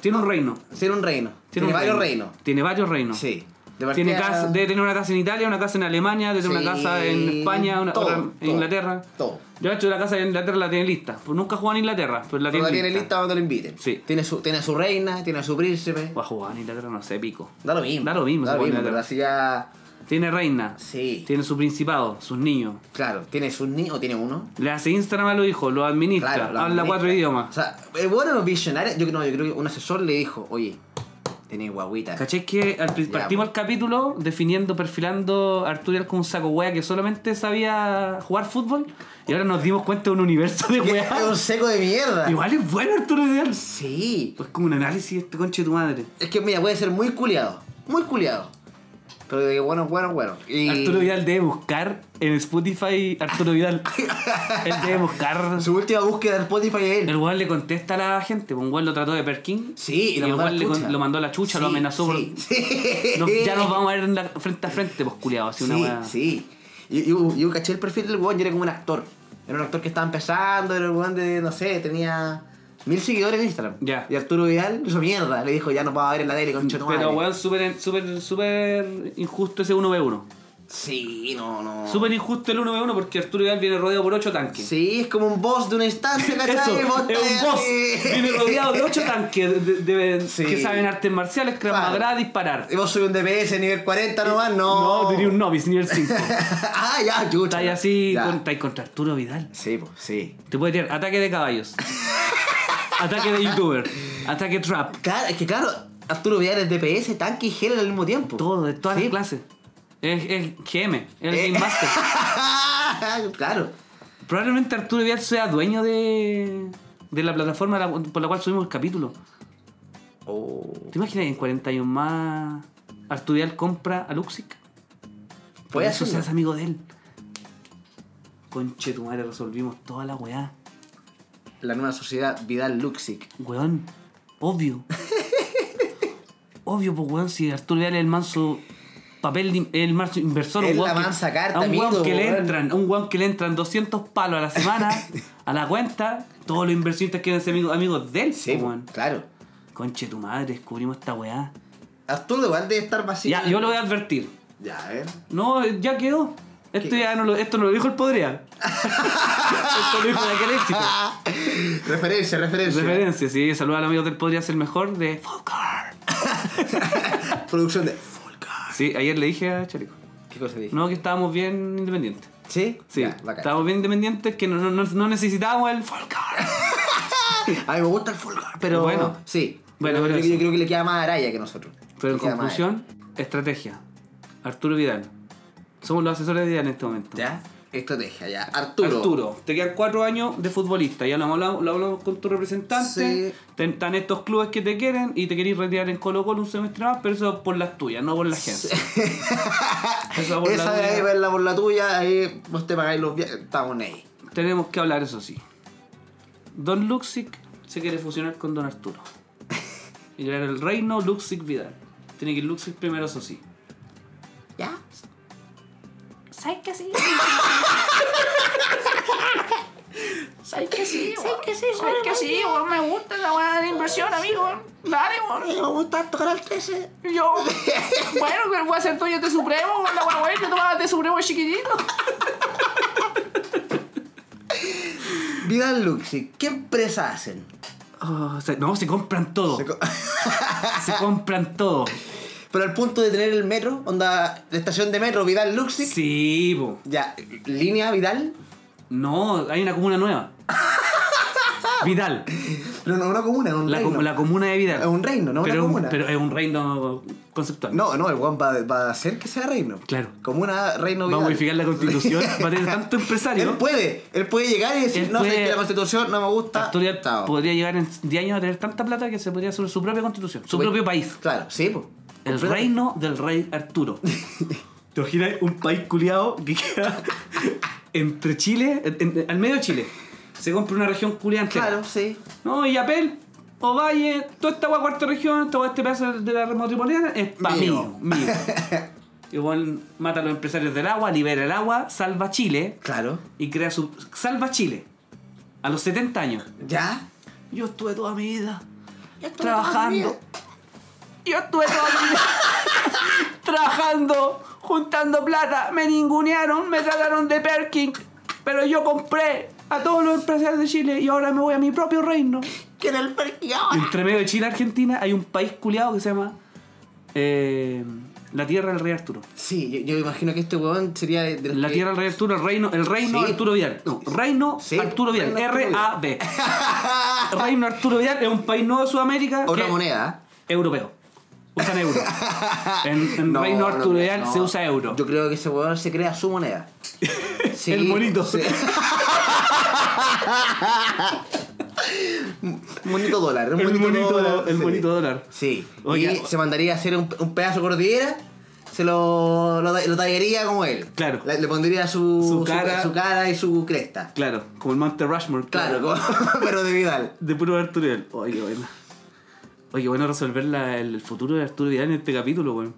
Speaker 2: Tiene un reino.
Speaker 1: Tiene un reino. Tiene,
Speaker 2: un
Speaker 1: varios
Speaker 2: reino.
Speaker 1: reinos.
Speaker 2: Tiene varios reinos.
Speaker 1: Sí. De
Speaker 2: Tiene
Speaker 1: partida-
Speaker 2: casa, debe tener una casa en Italia, una casa en Alemania, debe tener una
Speaker 1: Sí,
Speaker 2: casa en España, una
Speaker 1: todo,
Speaker 2: otra en
Speaker 1: todo,
Speaker 2: Inglaterra.
Speaker 1: Todo.
Speaker 2: Yo he hecho la casa en Inglaterra, la tiene lista. Pues nunca jugó en Inglaterra, pero la
Speaker 1: Pero
Speaker 2: tiene,
Speaker 1: la tiene lista cuando lo inviten.
Speaker 2: Sí.
Speaker 1: Tiene su, tiene su reina, tiene a su príncipe.
Speaker 2: Va a jugar en Inglaterra, no sé, pico.
Speaker 1: Da lo mismo.
Speaker 2: Da lo mismo,
Speaker 1: Da
Speaker 2: se
Speaker 1: lo
Speaker 2: pone
Speaker 1: mismo,
Speaker 2: la
Speaker 1: pero
Speaker 2: tele.
Speaker 1: así ya.
Speaker 2: Tiene reina,
Speaker 1: Sí.
Speaker 2: tiene su principado, sus niños.
Speaker 1: Claro, tiene sus niños, tiene uno.
Speaker 2: Le hace Instagram a los hijos, lo administra,
Speaker 1: Claro, lo
Speaker 2: habla
Speaker 1: administra.
Speaker 2: cuatro
Speaker 1: O
Speaker 2: idiomas.
Speaker 1: sea, es bueno los visionarios. Yo, no, yo creo que un asesor le dijo, oye, tenés guaguita.
Speaker 2: ¿Cachai que al pri-
Speaker 1: Ya,
Speaker 2: partimos el capítulo definiendo, perfilando a Arturial como un saco wea que solamente sabía jugar fútbol? Y ahora nos dimos cuenta de un universo de
Speaker 1: Que Es un
Speaker 2: wea.
Speaker 1: seco de mierda.
Speaker 2: Igual es bueno Arturo Vidal.
Speaker 1: Sí.
Speaker 2: Pues como un análisis de este conche de tu madre.
Speaker 1: Es que mira, puede ser muy culiado. Muy culiado. Pero de que bueno, bueno, bueno. Y
Speaker 2: Arturo Vidal debe buscar en Spotify Arturo Vidal. Él debe buscar.
Speaker 1: Su última búsqueda en Spotify es él.
Speaker 2: El weón le contesta a la gente, pues, un weón lo trató de Perkin.
Speaker 1: Sí, y lo
Speaker 2: el
Speaker 1: mandó a la
Speaker 2: weón le con-
Speaker 1: chucha.
Speaker 2: lo mandó a la chucha, lo
Speaker 1: Sí,
Speaker 2: amenazó. por-
Speaker 1: sí, sí.
Speaker 2: Nos- ya nos vamos a ver en la- frente a frente, pues culiado, así una
Speaker 1: sí,
Speaker 2: weá.
Speaker 1: sí. Yo, yo, yo caché el perfil del weón, yo era como un actor. Era un actor que estaba empezando, era un weón de, no sé, tenía mil seguidores en Instagram.
Speaker 2: Ya.
Speaker 1: Y Arturo Vidal hizo mierda, le dijo, ya nos vamos a ver en la tele, concha tu
Speaker 2: Pero
Speaker 1: madre".
Speaker 2: weón, súper súper, súper injusto ese 1v1.
Speaker 1: Sí, no, no.
Speaker 2: Súper injusto el 1v1 porque Arturo Vidal viene rodeado por 8 tanques.
Speaker 1: Sí, es como un boss de una instancia,
Speaker 2: Eso,
Speaker 1: ¿cachai?
Speaker 2: es
Speaker 1: Vos te-
Speaker 2: un boss.
Speaker 1: sí.
Speaker 2: Viene rodeado de 8 tanques de- de- de-
Speaker 1: Sí.
Speaker 2: que saben artes marciales, que
Speaker 1: Claro.
Speaker 2: magra, disparar.
Speaker 1: Y vos soy un DPS nivel 40 nomás, no.
Speaker 2: No, tenía un novice, nivel 5.
Speaker 1: ah, ya, chucha.
Speaker 2: Estáis así,
Speaker 1: Ya.
Speaker 2: con- estáis contra Arturo Vidal.
Speaker 1: Sí, pues, sí.
Speaker 2: Te puede tirar ataque de caballos. ataque de youtuber. Ataque trap.
Speaker 1: Claro, es que claro, Arturo Vidal es DPS, tanque y gel al mismo tiempo.
Speaker 2: Todo, de todas
Speaker 1: Sí,
Speaker 2: las clases. Es, es GM, es
Speaker 1: Eh.
Speaker 2: el Game Master.
Speaker 1: claro.
Speaker 2: Probablemente Arturo Vidal sea dueño de, de la plataforma la- por la cual subimos el capítulo. ¿Te imaginas que en 41 más Arturo Vidal compra a Luxic? Por
Speaker 1: Puede
Speaker 2: eso
Speaker 1: hacerlo.
Speaker 2: seas amigo de él. Conche tu madre, resolvimos toda la weá.
Speaker 1: La nueva sociedad Vidal Luxic.
Speaker 2: Weón, obvio. Obvio, pues, weón, si Arturo Vidal es el manso papel, lim- el manso inversor. un
Speaker 1: Es
Speaker 2: weón
Speaker 1: la
Speaker 2: que-
Speaker 1: mansa carta,
Speaker 2: a un weón
Speaker 1: amigo,
Speaker 2: que le
Speaker 1: weón.
Speaker 2: entran, a un weón que le entran 200 palos a la semana, a la cuenta, todos los inversionistas quieren ser amigos, amigos de él,
Speaker 1: Sí,
Speaker 2: pues, weón.
Speaker 1: claro.
Speaker 2: Conche tu madre, descubrimos esta weá.
Speaker 1: Arturo igual debe estar vacío.
Speaker 2: ya, yo lo voy a advertir.
Speaker 1: Ya, a ver.
Speaker 2: No, ya quedó. Esto ya no lo, esto no lo dijo el Podría. esto lo dijo la Galéxico.
Speaker 1: referencia, referencia.
Speaker 2: Referencia, sí, saluda a los amigos del Podría ser mejor de Folcar.
Speaker 1: Producción de Volcar.
Speaker 2: Sí, ayer le dije a Chaleco.
Speaker 1: ¿Qué cosa dije?
Speaker 2: No, que estábamos bien independientes.
Speaker 1: ¿Sí?
Speaker 2: Sí,
Speaker 1: Ya, bacán.
Speaker 2: estábamos bien independientes que no, no- no- no necesitábamos el Folcar.
Speaker 1: A mí me gusta el Volcar, pero
Speaker 2: Bueno.
Speaker 1: sí.
Speaker 2: Bueno,
Speaker 1: Pero
Speaker 2: pero
Speaker 1: yo,
Speaker 2: eso.
Speaker 1: yo creo que le queda más a Araya que nosotros.
Speaker 2: Pero en
Speaker 1: Le queda más a Araya.
Speaker 2: conclusión, estrategia. Arturo Vidal. Somos los asesores de Vidal en este momento.
Speaker 1: Ya, estrategia, ya. Arturo.
Speaker 2: te quedan cuatro años de futbolista. Ya lo hablamos, lo hablamos con tu representante.
Speaker 1: Sí.
Speaker 2: Te- Están estos clubes que te quieren y te querés retirar en Colo Colo un semestre más, pero eso por las tuyas, no por la agencia. Eso por
Speaker 1: Esa
Speaker 2: la
Speaker 1: de ahí,
Speaker 2: tuya.
Speaker 1: verla por la tuya, ahí vos te pagáis los viajes. Estamos ahí.
Speaker 2: Tenemos que hablar, eso sí. Don Luxic se quiere fusionar con Don Arturo. Y crear el reino Luxic Vidal. Tiene que ir Luxic primero, eso sí.
Speaker 1: Ya.
Speaker 3: ¿Sabes qué sí? ¿Sabes qué sí? ¿Sabes qué sí? ¿Sabes qué sí? weón? Me gusta la weá de la inversión, amigo. Dale, weón.
Speaker 1: Me gusta tocar al 13.
Speaker 3: Yo. Bueno, pero voy a hacer tuyo de supremo, weón. La weá buena, yo tomaba de supremo chiquitito.
Speaker 1: Vidal Luxi, ¿qué empresa hacen?
Speaker 2: Ah, se- no, se compran todo.
Speaker 1: Oh, Se co-
Speaker 2: se compran todo.
Speaker 1: Pero al punto de tener el metro, onda, la estación de metro, Vidal Luxi.
Speaker 2: Sí, po.
Speaker 1: Ya, línea Vidal.
Speaker 2: No, hay una comuna nueva. Vidal.
Speaker 1: No, no, una comuna, un
Speaker 2: La,
Speaker 1: reino.
Speaker 2: com- la comuna de Vidal.
Speaker 1: Es un reino, no una
Speaker 2: pero es un-
Speaker 1: comuna.
Speaker 2: Pero es un reino conceptual.
Speaker 1: No, no, el Juan va, va a hacer que sea reino.
Speaker 2: Claro.
Speaker 1: Comuna, reino
Speaker 2: Va a
Speaker 1: Vidal.
Speaker 2: modificar la constitución. va a tener tanto
Speaker 1: Él
Speaker 2: empresario.
Speaker 1: puede, él puede llegar y decir,
Speaker 2: Él
Speaker 1: no, sé
Speaker 2: puede-
Speaker 1: que la constitución no me gusta.
Speaker 2: Asturias
Speaker 1: Chao.
Speaker 2: podría llegar en 10 años a tener tanta plata que se podría hacer su propia constitución, su propio país.
Speaker 1: Claro, sí, pues.
Speaker 2: El reino del rey Arturo. ¿Te imaginas un país culiado que queda entre Chile, en- en- al medio de Chile? Se compra una región culiada entera.
Speaker 1: Claro, sí.
Speaker 2: No, y Apel, Ovalle, toda esta agua cuarta región, todo este pedazo de la metropolitana es para
Speaker 1: Mío.
Speaker 2: mío, mío. Igual mata a los empresarios del agua, libera el agua, salva Chile
Speaker 1: Claro.
Speaker 2: y crea su. Salva Chile. A los 70 años.
Speaker 1: ¿Ya?
Speaker 2: Yo estuve toda mi vida
Speaker 3: estuve toda mi
Speaker 2: trabajando.
Speaker 3: vida.
Speaker 2: Yo estuve toda mi vida trabajando, juntando plata. Me ningunearon, me trataron de Perkin. Pero yo compré a todos los empresarios de Chile y ahora me voy a mi propio reino.
Speaker 1: Que era el parque
Speaker 2: Y entre medio de Chile y Argentina hay un país culiado que se llama eh, La Tierra del Rey Arturo.
Speaker 1: Sí, yo, yo imagino que este huevón sería de, de los
Speaker 2: La
Speaker 1: que-
Speaker 2: Tierra del Rey Arturo, el reino, el reino
Speaker 1: Sí.
Speaker 2: Arturo Vidal. No, Reino
Speaker 1: Sí,
Speaker 2: Arturo Vidal,
Speaker 1: Reino Arturo
Speaker 2: R-A-B. reino Arturo Vidal es un país nuevo de Sudamérica.
Speaker 1: Otra
Speaker 2: que-
Speaker 1: moneda.
Speaker 2: Europeo. Usan euro. En, en
Speaker 1: No,
Speaker 2: Reino
Speaker 1: no
Speaker 2: Arturo
Speaker 1: creo,
Speaker 2: Vidal
Speaker 1: no.
Speaker 2: se usa euro.
Speaker 1: Yo creo que ese huevón se crea su moneda. Sí,
Speaker 2: El monito.
Speaker 1: sí. monito dólar. un
Speaker 2: el monito
Speaker 1: dólar,
Speaker 2: dólar. El
Speaker 1: sí.
Speaker 2: monito dólar.
Speaker 1: Sí.
Speaker 2: Oye,
Speaker 1: y se mandaría a hacer un, un pedazo de cordillera, se lo, lo, lo tallaría como él.
Speaker 2: Claro.
Speaker 1: Le, le pondría su,
Speaker 2: Su cara.
Speaker 1: su cara y su cresta.
Speaker 2: Claro, como el Monte Rushmore.
Speaker 1: Claro, como- pero de Vidal.
Speaker 2: De puro Arturo Vidal. Oye, qué bueno. Oye, qué bueno resolver la- el futuro de Arturo Vidal en este capítulo, weón.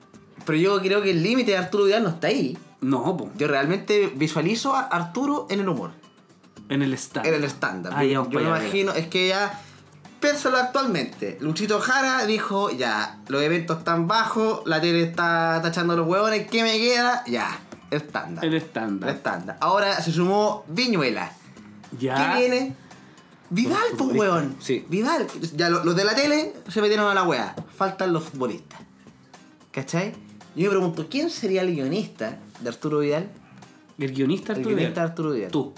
Speaker 1: Pero yo creo que el límite de Arturo Vidal no está ahí.
Speaker 2: No, po.
Speaker 1: Yo realmente visualizo a Arturo en el humor,
Speaker 2: En el stand.
Speaker 1: en el estándar.
Speaker 2: Ah, ya,
Speaker 1: yo yo
Speaker 2: pues,
Speaker 1: me
Speaker 2: ya, mira.
Speaker 1: imagino, es que ya, piénsalo actualmente. Luchito Jara dijo, ya, los eventos están bajos, la tele está tachando los huevones, ¿qué me queda? Ya, estándar.
Speaker 2: El
Speaker 1: La
Speaker 2: estándar.
Speaker 1: estándar. Ahora se sumó Viñuela.
Speaker 2: Ya.
Speaker 1: ¿Qué viene? Vidal,
Speaker 2: Los
Speaker 1: pues
Speaker 2: futbolistas.
Speaker 1: weón.
Speaker 2: Sí.
Speaker 1: Vidal. Ya lo- los, de la tele se metieron a la wea. Faltan los futbolistas. ¿Cachai? Yo me pregunto, ¿quién sería el guionista de Arturo Vidal?
Speaker 2: El guionista
Speaker 1: El
Speaker 2: Arturo
Speaker 1: guionista de
Speaker 2: Vidal.
Speaker 1: Arturo Vidal.
Speaker 2: Tú.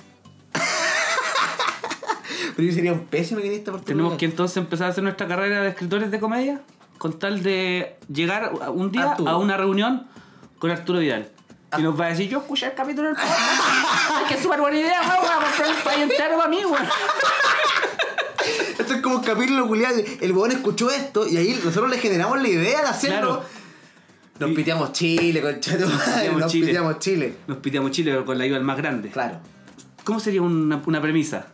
Speaker 1: Pero yo sería un pésimo guionista de Arturo
Speaker 2: Tenemos que
Speaker 1: Vidal.
Speaker 2: entonces empezar a hacer nuestra carrera de escritores de comedia con tal de llegar a- un día
Speaker 1: Arturo.
Speaker 2: a una reunión con Arturo Vidal. Y nos va a decir, yo escuché el capítulo del
Speaker 3: Ah,
Speaker 2: podcast. Es que es súper buena idea, weón. Voy a comprar un país entero para mí, weón.
Speaker 1: Esto es como un capítulo culiado. El weón escuchó esto y ahí nosotros le generamos la idea de hacerlo.
Speaker 2: Claro.
Speaker 1: Nos
Speaker 2: Y-
Speaker 1: piteamos Chile, concha tu madre,
Speaker 2: piteamos
Speaker 1: Nos
Speaker 2: Chile.
Speaker 1: piteamos Chile.
Speaker 2: Nos piteamos Chile con la ayuda del más grande.
Speaker 1: Claro.
Speaker 2: ¿Cómo sería una, una premisa?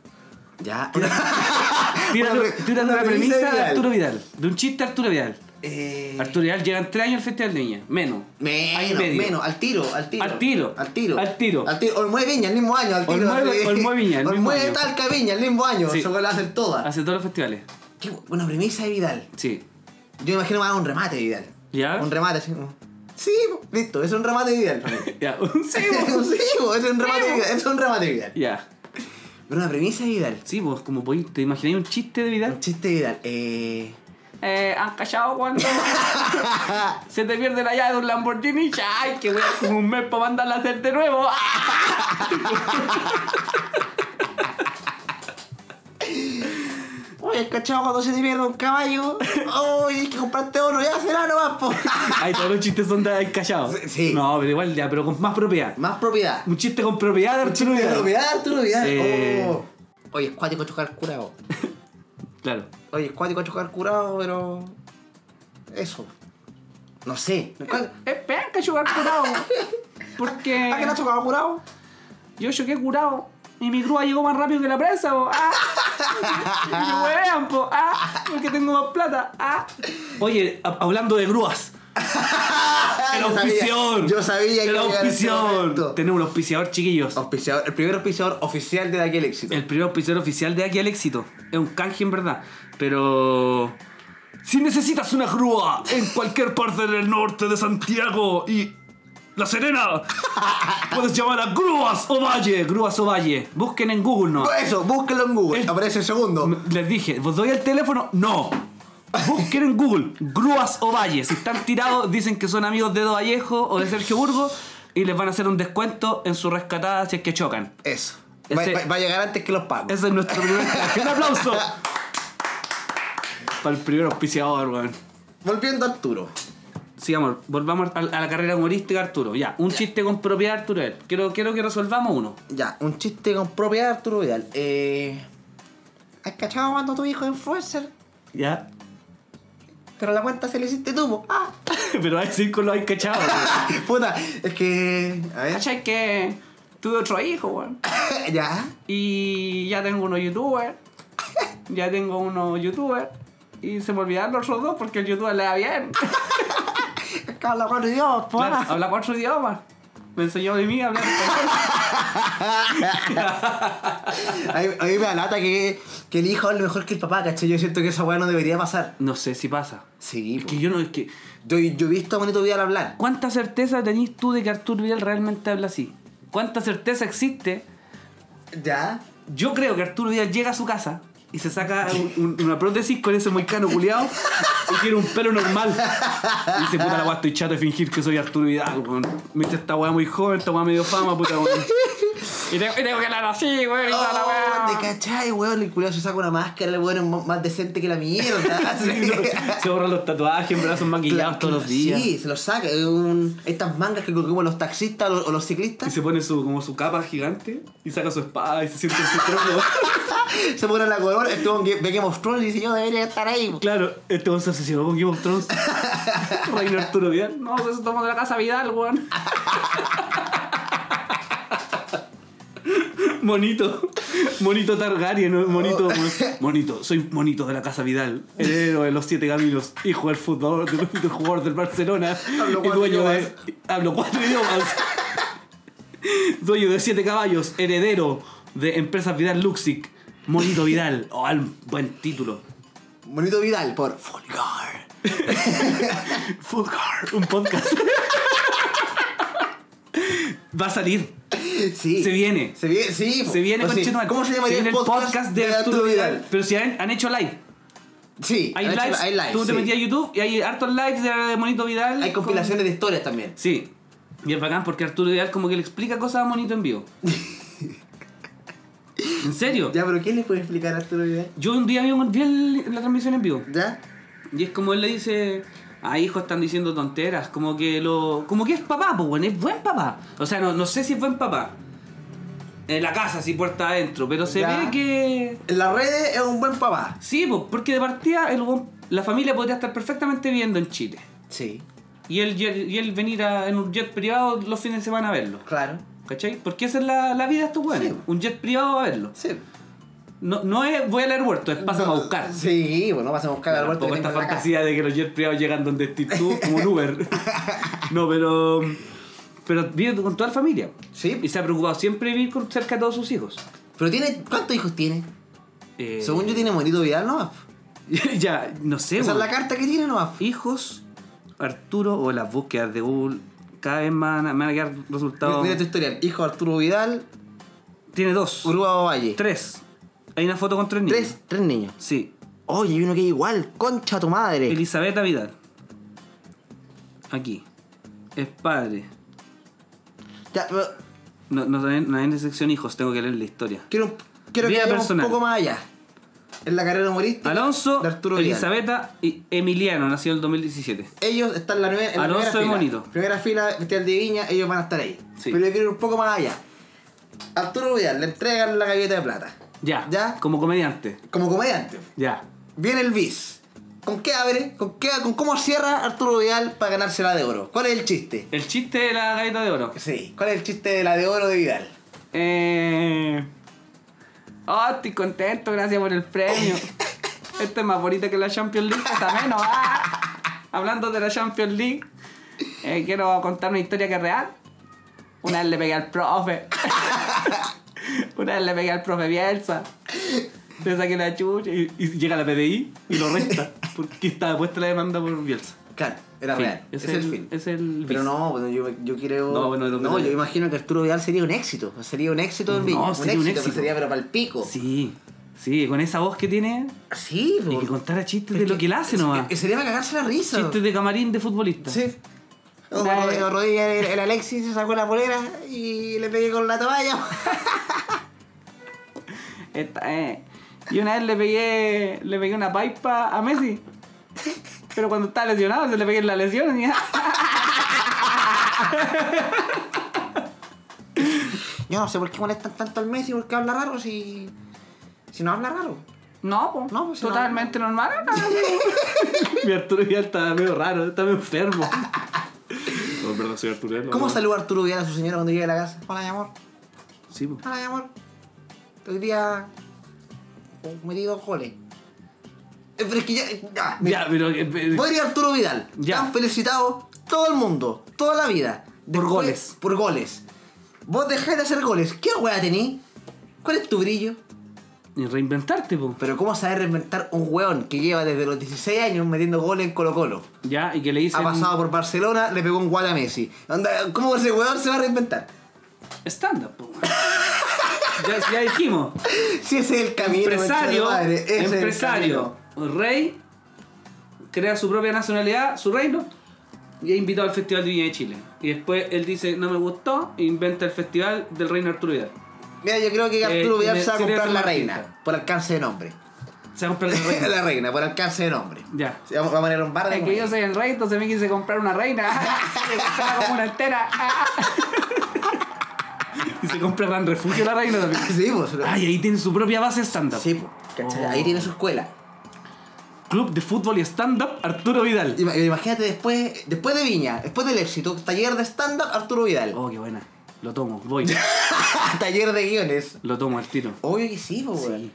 Speaker 1: Ya.
Speaker 2: Tírate,
Speaker 1: Una pre-
Speaker 2: tírate una,
Speaker 1: una
Speaker 2: premisa,
Speaker 1: premisa
Speaker 2: de
Speaker 1: Vidal.
Speaker 2: Arturo Vidal. De un chiste de Arturo Vidal.
Speaker 1: Eh,
Speaker 2: Arturo Vidal llegan tres años al Festival de Viña. Menos. Año y
Speaker 1: Menos,
Speaker 2: medio.
Speaker 1: menos, al tiro, al tiro.
Speaker 2: Al tiro.
Speaker 1: Al tiro.
Speaker 2: Al tiro.
Speaker 1: Al tiro. Olmué Viña, el mismo año, al tiro.
Speaker 2: Olmué-
Speaker 1: sí.
Speaker 2: Olmué Viña, el mismo
Speaker 1: Olmué
Speaker 2: año.
Speaker 1: Talca Viña, el mismo año.
Speaker 2: Sí.
Speaker 1: Se lo hacen todas.
Speaker 2: Hace todos los festivales.
Speaker 1: Qué bu- Una premisa de Vidal.
Speaker 2: Sí.
Speaker 1: Yo me imagino más un remate de Vidal.
Speaker 2: ¿Ya?
Speaker 1: Un remate así. como, Sí, po, listo, es un remate de Vidal.
Speaker 2: Ya.
Speaker 1: sí,
Speaker 2: Sí, vos.
Speaker 1: po, es un remate de Vidal. Es un remate de Vidal.
Speaker 2: Ya.
Speaker 1: Pero una premisa de Vidal.
Speaker 2: Sí, vos, como podéis, ¿te imagináis un chiste de
Speaker 1: Un
Speaker 2: Vidal? ah,
Speaker 1: chiste de Vidal. Eh.
Speaker 3: Eh, ¿Has callado cuando
Speaker 2: Se te pierde la llave de un Lamborghini. ¡Ay, que voy a como un mes para mandarla a hacer de nuevo! ¡Ah!
Speaker 1: Oye, cachado cuando se te pierde un caballo. Oye, hay que comprarte otro, ya será nomás, po.
Speaker 2: Ay, todos los chistes son de callados.
Speaker 1: Sí, sí.
Speaker 2: No, pero igual ya, pero con más propiedad.
Speaker 1: Más propiedad.
Speaker 2: Un chiste con propiedad de Arturo
Speaker 1: Arturo
Speaker 2: Vidal.
Speaker 1: Vidal, Arturo Vidal.
Speaker 2: Eh.
Speaker 1: Oh. Oye, es cuático chocar curado.
Speaker 2: Claro.
Speaker 1: Oye, es cuático chocar curado, pero. Eso. No sé. ¿Cuál-
Speaker 3: Esperan Eh, que chocar curado.
Speaker 1: ¿A qué Ah, no
Speaker 3: Porque
Speaker 1: has chocado curado?
Speaker 3: yo choqué curado. Y mi grúa llegó más rápido que la prensa, po. Ah. Y me huevean, po. Ah. Porque tengo más plata. Ah.
Speaker 2: Oye, ha- hablando de grúas. El
Speaker 1: Yo Ah, sabía-
Speaker 2: auspiciador.
Speaker 1: Yo sabía que
Speaker 2: El
Speaker 1: iba a llegar este
Speaker 2: auspiciador.
Speaker 1: momento.
Speaker 2: Tenemos un auspiciador, chiquillos.
Speaker 1: Auspiciador- el primer auspiciador oficial de aquel éxito.
Speaker 2: El primer auspiciador oficial de aquí al éxito. Es un canje en verdad. Pero. Si necesitas una grúa en cualquier parte del norte de Santiago y. La Serena, puedes llamar a Grúas Ovalle. Grúas Ovalle. Busquen en Google, ¿no?
Speaker 1: Eso, búsquelo en Google.
Speaker 2: El-
Speaker 1: Aparece el segundo.
Speaker 2: Me- Les dije, ¿vos doy el teléfono? No. Busquen en Google grúas o valles. Si están tirados, dicen que son amigos de Edo Vallejo o de Sergio Burgo y les van a hacer un descuento en su rescatada si es que chocan.
Speaker 1: Eso. Va,
Speaker 2: Ese-
Speaker 1: va- va a llegar antes que los pagos.
Speaker 2: Ese es nuestro primer canje. ¡Un aplauso! Para el primer auspiciador, weón.
Speaker 1: Volviendo a Arturo.
Speaker 2: Sigamos, volvamos a a la carrera humorística, Arturo. Ya, un chiste con propiedad, Arturo. A ver, Quiero, quiero que resolvamos uno.
Speaker 1: Ya, un chiste con propiedad de Arturo Vidal. Eh. ¿Has cachado cuando tu hijo es influencer?
Speaker 2: ¿Ya?
Speaker 1: Pero la cuenta se le hiciste tú, po. Ah.
Speaker 2: Pero a decir con los hay cachado, weón.
Speaker 1: Puta, es que. A ver.
Speaker 3: ¿Cachai que tuve otro hijo, weón?
Speaker 1: ya.
Speaker 3: Y ya tengo uno youtuber. Ya tengo uno youtuber. Y se me olvidaron los otros dos porque el youtuber le da bien.
Speaker 1: Es que habla cuatro idiomas, po.
Speaker 2: Claro,
Speaker 1: ah.
Speaker 2: habla cuatro idiomas. Me enseñó de mí a hablar español.
Speaker 1: A mí, a mí me da lata que, que el hijo hable mejor que el papá, ¿cachai? Yo siento que esa weá no debería pasar.
Speaker 2: No sé si pasa.
Speaker 1: Sí,
Speaker 2: Es
Speaker 1: po.
Speaker 2: que yo no, es que.
Speaker 1: Yo, yo he visto a Bonito Vidal hablar.
Speaker 2: ¿Cuánta certeza tenés tú de que Arturo Vidal realmente habla así? ¿Cuánta certeza existe?
Speaker 1: Ya.
Speaker 2: Yo creo que Arturo Vidal llega a su casa y se saca un- un- una prótesis con ese moicano culiado y tiene un pelo normal. Y dice, puta la weá, estoy chato de fingir que soy Arturo Vidal, weón. Me dice esta weá muy joven, esta weá medio fama, puta weón.
Speaker 3: Y tengo, y tengo que hablar así, weón. Y toda la
Speaker 1: Oh,
Speaker 3: weá.
Speaker 1: te cachai, weón, el culiao se saca una máscara, el weón es mo- más decente que la mierda. Sí.
Speaker 2: Se borran los tatuajes, en verdad son maquillados todos los días.
Speaker 1: Sí, se los saca. es un- estas mangas que como los taxistas o los, o los
Speaker 2: Y
Speaker 1: ciclistas
Speaker 2: se pone su, como su capa gigante y saca su espada y se siente en su trono.
Speaker 1: se ponen la color. Este weón ve Game of Thrones y dice: Yo debería estar ahí. po".
Speaker 2: claro, este weón se obsesionó con Game of Thrones. Reino Arturo Vidal.
Speaker 3: No, se tomó de la casa Vidal, weón.
Speaker 2: Monito. Monito Targaryen, ¿no? monito.
Speaker 1: Oh.
Speaker 2: Monito, soy monito de la Casa Vidal. Heredero de los siete caminos. Hijo del fútbol, del, del jugador del Barcelona.
Speaker 1: Hablo
Speaker 2: y
Speaker 1: cuatro
Speaker 2: dueño de.
Speaker 1: idiomas.
Speaker 2: Hablo cuatro idiomas. dueño de siete caballos. Heredero de empresas Vidal Luxic. Monito Vidal. Oh, al- buen título.
Speaker 1: Bonito Vidal por Fulgar.
Speaker 2: Food Car, un podcast. Va a salir.
Speaker 1: Sí.
Speaker 2: Se viene.
Speaker 1: Se viene, Pues sí. po.
Speaker 2: Se viene
Speaker 1: O
Speaker 2: con
Speaker 1: sea, ¿Cómo se llamaría
Speaker 2: viene
Speaker 1: el podcast,
Speaker 2: de Arturo Vidal? Pero si han, han hecho live.
Speaker 1: Sí,
Speaker 2: Hay
Speaker 1: han hecho-
Speaker 2: lives.
Speaker 1: hay lives,
Speaker 2: tú
Speaker 1: sí.
Speaker 2: te metías a YouTube y hay hartos lives de Monito Vidal.
Speaker 1: Hay
Speaker 2: con-
Speaker 1: compilaciones de historias también.
Speaker 2: Sí. Y es bacán porque Arturo Vidal como que le explica cosas a Monito en vivo. ¿En serio?
Speaker 1: Ya, pero ¿quién le puede explicar a Arturo Vidal?
Speaker 2: Yo un día vi, un- vi el- la transmisión en vivo.
Speaker 1: ¿Ya?
Speaker 2: Y es como él le dice, ah, hijo, están diciendo tonteras, como que lo. como que es papá, pues bueno, es buen papá. O sea, no, no sé si es buen papá. En la casa, así puerta adentro, pero se
Speaker 1: Ya.
Speaker 2: ve que.
Speaker 1: En las redes es un buen papá.
Speaker 2: Sí, pues, porque de partida el weón- la familia podría estar perfectamente viviendo en Chile.
Speaker 1: Sí,
Speaker 2: Y él, y él- y él venir a- en un jet privado los fines de semana a verlo.
Speaker 1: claro.
Speaker 2: ¿Cachai? Porque esa es la, la vida de estos weones.
Speaker 1: Sí.
Speaker 2: Un jet privado a verlo.
Speaker 1: Sí.
Speaker 2: No, no es voy a leer huerto, es pásame a buscar.
Speaker 1: Sí, bueno, vas a buscar al huerto
Speaker 2: Tampoco
Speaker 1: que
Speaker 2: esta
Speaker 1: tengo en la casa.
Speaker 2: fantasía de que los jet privados llegan donde estés tú como un Uber. no, pero. Pero vive con toda la familia.
Speaker 1: Sí.
Speaker 2: Y se ha preocupado siempre de vivir con- cerca de todos sus hijos.
Speaker 1: Pero tiene. ¿Cuántos hijos tiene?
Speaker 2: Eh,
Speaker 1: Según yo tiene Monito Vidal nomás.
Speaker 2: ya, no sé,
Speaker 1: Esa es
Speaker 2: weón.
Speaker 1: la carta que tiene nomás.
Speaker 2: Hijos, Arturo, o las búsquedas de Google, cada vez más van a- me van a quedar resultados.
Speaker 1: Mira tu historial. Hijo Arturo Vidal,
Speaker 2: Tiene dos.
Speaker 1: Uruguay Valle.
Speaker 2: Tres. Hay una foto con tres niños.
Speaker 1: Tres, tres niños.
Speaker 2: Sí.
Speaker 1: Oye, hay uno que es igual. Concha tu madre.
Speaker 2: Elizabeth Vidal. Aquí. Es padre.
Speaker 1: Ya, pero
Speaker 2: No, no, no, no hay en sección hijos, tengo que leer la historia.
Speaker 1: quiero un- quiero que
Speaker 2: Vida
Speaker 1: vayamos un
Speaker 2: personal.
Speaker 1: poco más allá. En la carrera humorística
Speaker 2: Alonso,
Speaker 1: de Arturo Vidal.
Speaker 2: Elisabetta y Emiliano, nació en el 2017.
Speaker 1: Ellos están en la, nueve- en la
Speaker 2: Alonso
Speaker 1: primera
Speaker 2: es
Speaker 1: fila.
Speaker 2: bonito.
Speaker 1: Primera fila, Festival de Viña, ellos van a estar ahí.
Speaker 2: Sí.
Speaker 1: Pero yo quiero ir un poco más allá. Arturo Vidal le entregan la galleta de plata.
Speaker 2: Ya.
Speaker 1: Ya.
Speaker 2: Como comediante.
Speaker 1: Como comediante.
Speaker 2: Ya.
Speaker 1: Viene el bis. ¿Con qué abre? ¿Con, qué, ¿Con cómo cierra Arturo Vidal para ganársela de oro? ¿Cuál es el chiste?
Speaker 2: El chiste de la galleta de oro.
Speaker 1: Sí, ¿cuál es el chiste de la de oro de Vidal?
Speaker 2: Eh... Oh, estoy contento, gracias por el premio. Esta es más bonita que la Champions League, está menos. ah. Hablando de la Champions League, eh, quiero contar una historia que es real. Una vez le pegué al profe. una vez le pegué al profe Bielsa. Le saqué la chucha y, y llega la PDI y lo resta. Porque estaba puesta la demanda por Bielsa.
Speaker 1: Claro, era
Speaker 2: Fin.
Speaker 1: real.
Speaker 2: Es
Speaker 1: Ese Es el,
Speaker 2: el-
Speaker 1: fin.
Speaker 2: es el
Speaker 1: Pero
Speaker 2: bis.
Speaker 1: no, bueno, yo, yo quiero.
Speaker 2: No, bueno, lo-
Speaker 1: no, yo imagino que Arturo Vidal sería un éxito. Sería un éxito en
Speaker 2: No,
Speaker 1: Viña.
Speaker 2: sería un
Speaker 1: pero
Speaker 2: éxito.
Speaker 1: Sería, pero para el pico.
Speaker 2: Sí, sí, con esa voz que tiene.
Speaker 1: Sí, pues.
Speaker 2: Y que
Speaker 1: po.
Speaker 2: contara chistes de lo que él hace nomás.
Speaker 1: Eh, Sería para cagarse la risa.
Speaker 2: Chistes de camarín de futbolista.
Speaker 1: Sí. O
Speaker 2: Una vez-
Speaker 1: Rodríguez, el, el Alexis se sacó la polera y le pegué con la toalla.
Speaker 2: Esta, eh. Y una vez le pegué, le pegué una pipa a Messi. Pero cuando estaba lesionado, se le pegué en la lesión. y-
Speaker 1: Yo no sé por qué molestan tanto al Messi, por qué habla raro si. Si no habla raro.
Speaker 2: No, pues,
Speaker 1: No, pues, si
Speaker 2: totalmente normal. no, no. Mi Arturo Vidal está medio raro, está medio enfermo. No, perdón, soy Arturo.
Speaker 1: ¿Cómo saluda Arturo Vidal a su señora cuando llega a la casa? Hola, mi amor.
Speaker 2: Sí, pues.
Speaker 1: Hola, mi amor. Hoy día. Metí dos goles. Eh, Pero es que ya. ya, mira.
Speaker 2: Ya, pero. eh, eh,
Speaker 1: Podría Arturo Vidal.
Speaker 2: Ya.
Speaker 1: Te han felicitado todo el mundo, toda la vida.
Speaker 2: Por goles.
Speaker 1: Por goles. Vos dejáis de hacer goles. ¿Qué hueá tenés? ¿Cuál es tu brillo?
Speaker 2: Reinventarte, pues.
Speaker 1: Pero ¿cómo saber reinventar un hueón que lleva desde los 16 años metiendo goles en Colo Colo?
Speaker 2: Ya, y que le
Speaker 1: Ha
Speaker 2: dicen.
Speaker 1: pasado por Barcelona, le pegó un guate a Messi. Onda, ¿Cómo ese hueón se va a reinventar?
Speaker 2: Stand-up, po. ya, ya dijimos.
Speaker 1: Si ese es el camino, concha de
Speaker 2: empresario,
Speaker 1: tu madre, ese es el
Speaker 2: empresario,
Speaker 1: camino.
Speaker 2: rey, crea su propia nacionalidad, su reino, y es invitado al Festival de Viña de Chile. Y después él dice, no me gustó, e inventa el Festival del Reino Arturo Vidal.
Speaker 1: Mira, yo creo que
Speaker 2: Eh,
Speaker 1: Arturo Vidal
Speaker 2: tiene-
Speaker 1: se va a
Speaker 2: sería
Speaker 1: comprar
Speaker 2: su
Speaker 1: la
Speaker 2: marquita.
Speaker 1: reina por alcance de nombre.
Speaker 2: Se va a comprar el reino.
Speaker 1: la reina, por alcance de nombre.
Speaker 2: Ya.
Speaker 1: Sí, Vamos, vamos a poner un bar de
Speaker 3: Es que yo soy el rey, entonces me quise comprar una reina. Me costaba como una entera.
Speaker 2: Y se compra Gran Refugio la reina también.
Speaker 1: Sí, pues. lo-
Speaker 2: Ay, ahí tiene su propia base stand-up.
Speaker 1: Sí, pues. ¿cachai?
Speaker 2: Oh.
Speaker 1: Ahí tiene su escuela.
Speaker 2: Club de fútbol y stand-up Arturo Vidal.
Speaker 1: Ima- Imagínate después, después de Viña, después del éxito, taller de stand-up Arturo Vidal.
Speaker 2: Oh, qué buena. Lo tomo, voy.
Speaker 1: taller de guiones.
Speaker 2: Lo tomo al tiro.
Speaker 1: Obvio que sí, pues, weón.
Speaker 2: Sí.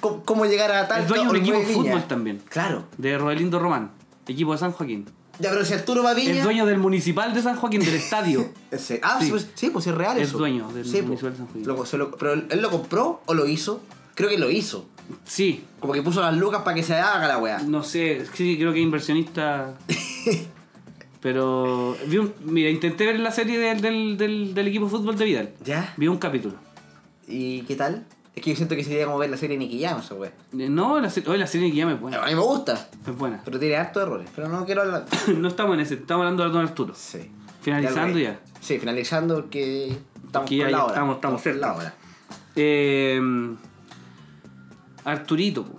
Speaker 1: ¿Cómo, cómo llegar a tal
Speaker 2: Es dueño de un equipo de fútbol también.
Speaker 1: Claro.
Speaker 2: De Rodelindo Román, equipo de San Joaquín.
Speaker 1: Ya, pero si Arturo va a Viña.
Speaker 2: Es dueño del municipal de San Joaquín, del estadio.
Speaker 1: Ese- ah, sí.
Speaker 2: Sí.
Speaker 1: pues, sí, pues es real
Speaker 2: Es
Speaker 1: eso.
Speaker 2: dueño del
Speaker 1: sí, pues.
Speaker 2: Municipal de San Joaquín.
Speaker 1: Lo- se lo- pero él lo compró o lo hizo. Creo que lo hizo.
Speaker 2: Sí,
Speaker 1: Como que puso las lucas para que se haga la weá.
Speaker 2: no sé, sí, creo que inversionista. Pero. vi un- mira, intenté ver la serie del, del, del- del equipo de fútbol de Vidal.
Speaker 1: ¿Ya?
Speaker 2: Vi un capítulo.
Speaker 1: ¿Y qué tal? Es que yo siento que sería como ver la serie Nicky Jam, esa weá.
Speaker 2: Eh, No, la, serie- oye, la serie que ya me es buena.
Speaker 1: A mí me gusta,
Speaker 2: Es buena.
Speaker 1: pero tiene hartos errores. Pero no quiero hablar.
Speaker 2: no estamos en ese, estamos hablando de Don Arturo.
Speaker 1: Sí.
Speaker 2: Finalizando
Speaker 1: Ya lo
Speaker 2: ya.
Speaker 1: vi. Sí, finalizando porque estamos
Speaker 2: Porque ya-
Speaker 1: con la
Speaker 2: ya
Speaker 1: hora.
Speaker 2: estamos- estamos
Speaker 1: con la
Speaker 2: cerca.
Speaker 1: hora.
Speaker 2: Eh, Arturito, po.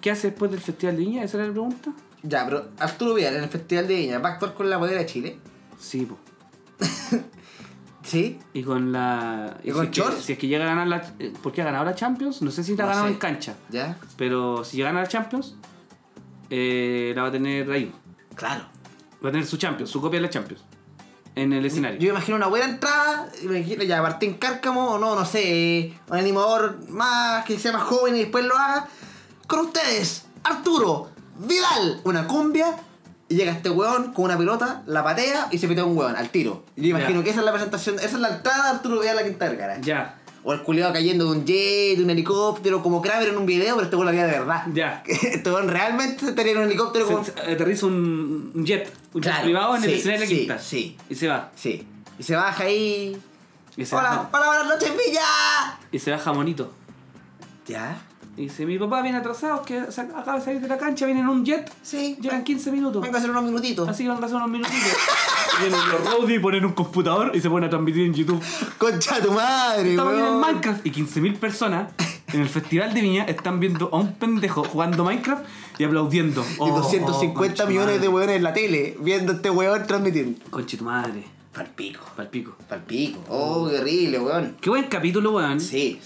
Speaker 2: ¿qué hace después del Festival de Viña? ¿Esa era la pregunta?
Speaker 1: Ya, pero Arturo Vidal en el Festival de Viña va a actuar con la bodega de Chile.
Speaker 2: Sí, po.
Speaker 1: Sí.
Speaker 2: Y con la.
Speaker 1: ¿Y con
Speaker 2: si es que-
Speaker 1: shorts?
Speaker 2: Si es que llega a ganar la. eh, Porque ha ganado la Champions, no sé si la ha
Speaker 1: No
Speaker 2: ganado
Speaker 1: sé.
Speaker 2: en cancha.
Speaker 1: ¿Ya?
Speaker 2: Pero si llega a ganar Champions, eh, la va a tener ahí.
Speaker 1: Claro.
Speaker 2: Va a tener su Champions, su copia de la Champions. en el escenario.
Speaker 1: Yo me imagino una buena entrada, me imagino ya Martín Cárcamo, o no, no sé, un animador más que sea más joven y después lo haga. Con ustedes, Arturo Vidal, una cumbia, y llega este weón con una pelota, la patea y se pitea un weón al tiro. Yo imagino
Speaker 2: Ya.
Speaker 1: que esa es la presentación, esa es la entrada de Arturo Vidal a la quinta vergara.
Speaker 2: Ya,
Speaker 1: O el culiado cayendo de un jet, de un helicóptero, como Kramer en un video, pero este weón la vida de verdad.
Speaker 2: ya.
Speaker 1: Este weón realmente tenía un helicóptero como.
Speaker 2: Se- se- aterriza un, un jet, un jet
Speaker 1: Claro,
Speaker 2: privado en el
Speaker 1: sí,
Speaker 2: escenario de
Speaker 1: sí,
Speaker 2: Quinta.
Speaker 1: sí.
Speaker 2: Y se va.
Speaker 1: Sí. Y se baja ahí.
Speaker 2: Y se,
Speaker 1: Hola,
Speaker 2: baja,
Speaker 1: hola, buenas noches, Villa.
Speaker 2: y se baja bonito.
Speaker 1: ¿Ya?
Speaker 2: Y dice, mi papá viene atrasado, que se acaba de salir de la cancha, viene en un jet,
Speaker 1: Sí.
Speaker 2: llegan 15 minutos.
Speaker 1: Vengo a hacer unos minutitos.
Speaker 2: Así que van a pasar unos minutitos. Vienen los roadies, ponen un computador y se ponen a transmitir en YouTube.
Speaker 1: Concha tu madre,
Speaker 2: Estamos en el
Speaker 1: weón.
Speaker 2: Minecraft y 15.000 personas en el Festival de Viña están viendo a un pendejo jugando Minecraft y aplaudiendo.
Speaker 1: Y
Speaker 2: Oh,
Speaker 1: 250
Speaker 2: oh,
Speaker 1: millones de
Speaker 2: conchetumadre.
Speaker 1: weones en la tele viendo a este weón transmitiendo.
Speaker 2: Conchetumadre,
Speaker 1: Palpico.
Speaker 2: palpico.
Speaker 1: Palpico. Oh, qué horrible, weón.
Speaker 2: Qué buen capítulo, weón.
Speaker 1: Sí.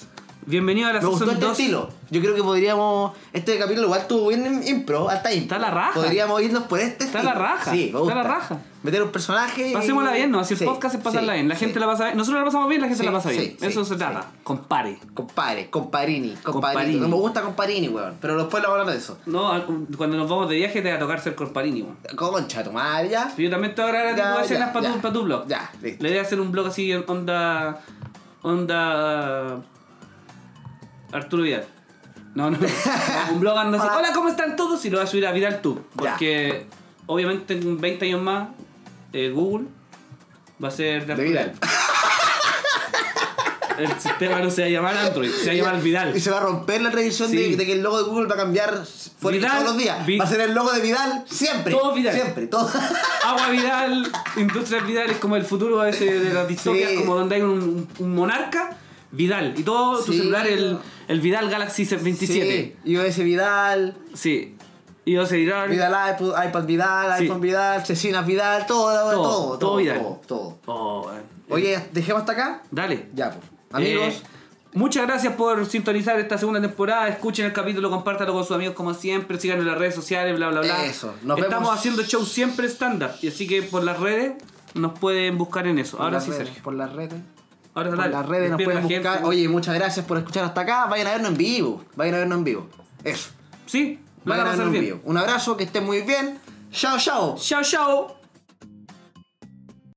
Speaker 2: Bienvenido a la
Speaker 1: Me gustó
Speaker 2: Season
Speaker 1: este
Speaker 2: 2.
Speaker 1: estilo. Yo creo que podríamos. Este capítulo igual tuvo bien impro, hasta impro.
Speaker 2: Está la raja.
Speaker 1: Podríamos irnos por este.
Speaker 2: Está
Speaker 1: estilo.
Speaker 2: la raja.
Speaker 1: Sí, me gusta.
Speaker 2: Está la raja.
Speaker 1: Meter un personaje. y-
Speaker 2: Pasémosla bien, ¿no? Así el
Speaker 1: Sí,
Speaker 2: podcast es pasarla
Speaker 1: sí,
Speaker 2: bien. La
Speaker 1: sí.
Speaker 2: gente la pasa bien. Nosotros la pasamos bien, la gente
Speaker 1: Sí,
Speaker 2: la pasa
Speaker 1: sí,
Speaker 2: bien.
Speaker 1: sí,
Speaker 2: Eso se
Speaker 1: sí.
Speaker 2: trata. Compare.
Speaker 1: Compare, comparini, comparini.
Speaker 2: Comparini.
Speaker 1: No me gusta comparini, weón. Pero después lo vamos a hablar de eso.
Speaker 2: No, al- cuando nos vamos de viaje te va a tocar ser comparini, weón.
Speaker 1: Concha tu madre, ya.
Speaker 2: Yo también te voy a grabar a ti
Speaker 1: Ya,
Speaker 2: tus
Speaker 1: ya,
Speaker 2: escenas para
Speaker 1: ya.
Speaker 2: tu, pa' tu blog.
Speaker 1: Ya, listo.
Speaker 2: La idea es hacer un blog así en onda. Onda. Arturo Vidal. No, no. no, un blog anda así.
Speaker 1: Hola.
Speaker 2: Hola, ¿cómo están todos? Y lo voy a subir a Vidal Tube.
Speaker 1: Ah. Ya.
Speaker 2: Porque obviamente en 20 años más, eh, Google va a ser de
Speaker 1: De
Speaker 2: Arturo
Speaker 1: Vidal.
Speaker 2: El sistema no se va a llamar Android, se va a llamar
Speaker 1: Y
Speaker 2: Vidal.
Speaker 1: se va a romper la revisión
Speaker 2: Sí.
Speaker 1: de, de que el logo de Google va a cambiar fuera
Speaker 2: Vidal,
Speaker 1: todos los días.
Speaker 2: Vi-
Speaker 1: Va a ser el logo de Vidal siempre.
Speaker 2: Todo Vidal.
Speaker 1: Siempre, todo.
Speaker 2: Agua Vidal, Industrias Vidal es como el futuro a veces de las distopias,
Speaker 1: Sí.
Speaker 2: como donde hay un, un monarca, Vidal. Y todo tu
Speaker 1: Sí.
Speaker 2: celular, el, el Vidal Galaxy 27.
Speaker 1: Sí, iOS Vidal,
Speaker 2: Sí. Y yo se dirá.
Speaker 1: Vidal iPod, iPad pues Vidal,
Speaker 2: Sí.
Speaker 1: iPhone Vidal, Cecinas Vidal, todo, todo,
Speaker 2: Todo,
Speaker 1: todo,
Speaker 2: todo Vidal.
Speaker 1: todo, todo.
Speaker 2: Oh, eh.
Speaker 1: Oye, dejemos hasta acá.
Speaker 2: Dale.
Speaker 1: Ya, pues. Amigos,
Speaker 2: Eh, muchas gracias por sintonizar esta segunda temporada. Escuchen el capítulo, compártalo con sus amigos como siempre. Sigan en las redes sociales, bla, bla, bla.
Speaker 1: Eso, nos
Speaker 2: Estamos
Speaker 1: vemos.
Speaker 2: haciendo show siempre stand-up. Y así que por las redes nos pueden buscar en eso.
Speaker 1: por
Speaker 2: Ahora
Speaker 1: las
Speaker 2: sí,
Speaker 1: redes,
Speaker 2: Sergio.
Speaker 1: Por las redes.
Speaker 2: Ahora
Speaker 1: Por
Speaker 2: dale.
Speaker 1: las redes nos
Speaker 2: Despide a
Speaker 1: pueden
Speaker 2: la gente.
Speaker 1: buscar. Oye, muchas gracias por escuchar hasta acá. Vayan a vernos en vivo. Vayan a vernos en vivo. Eso.
Speaker 2: Sí, van
Speaker 1: Vayan
Speaker 2: a
Speaker 1: a
Speaker 2: pasar
Speaker 1: vernos en
Speaker 2: bien.
Speaker 1: vivo. Un abrazo, que estén muy bien. Chao, chao.
Speaker 2: Chao, chao.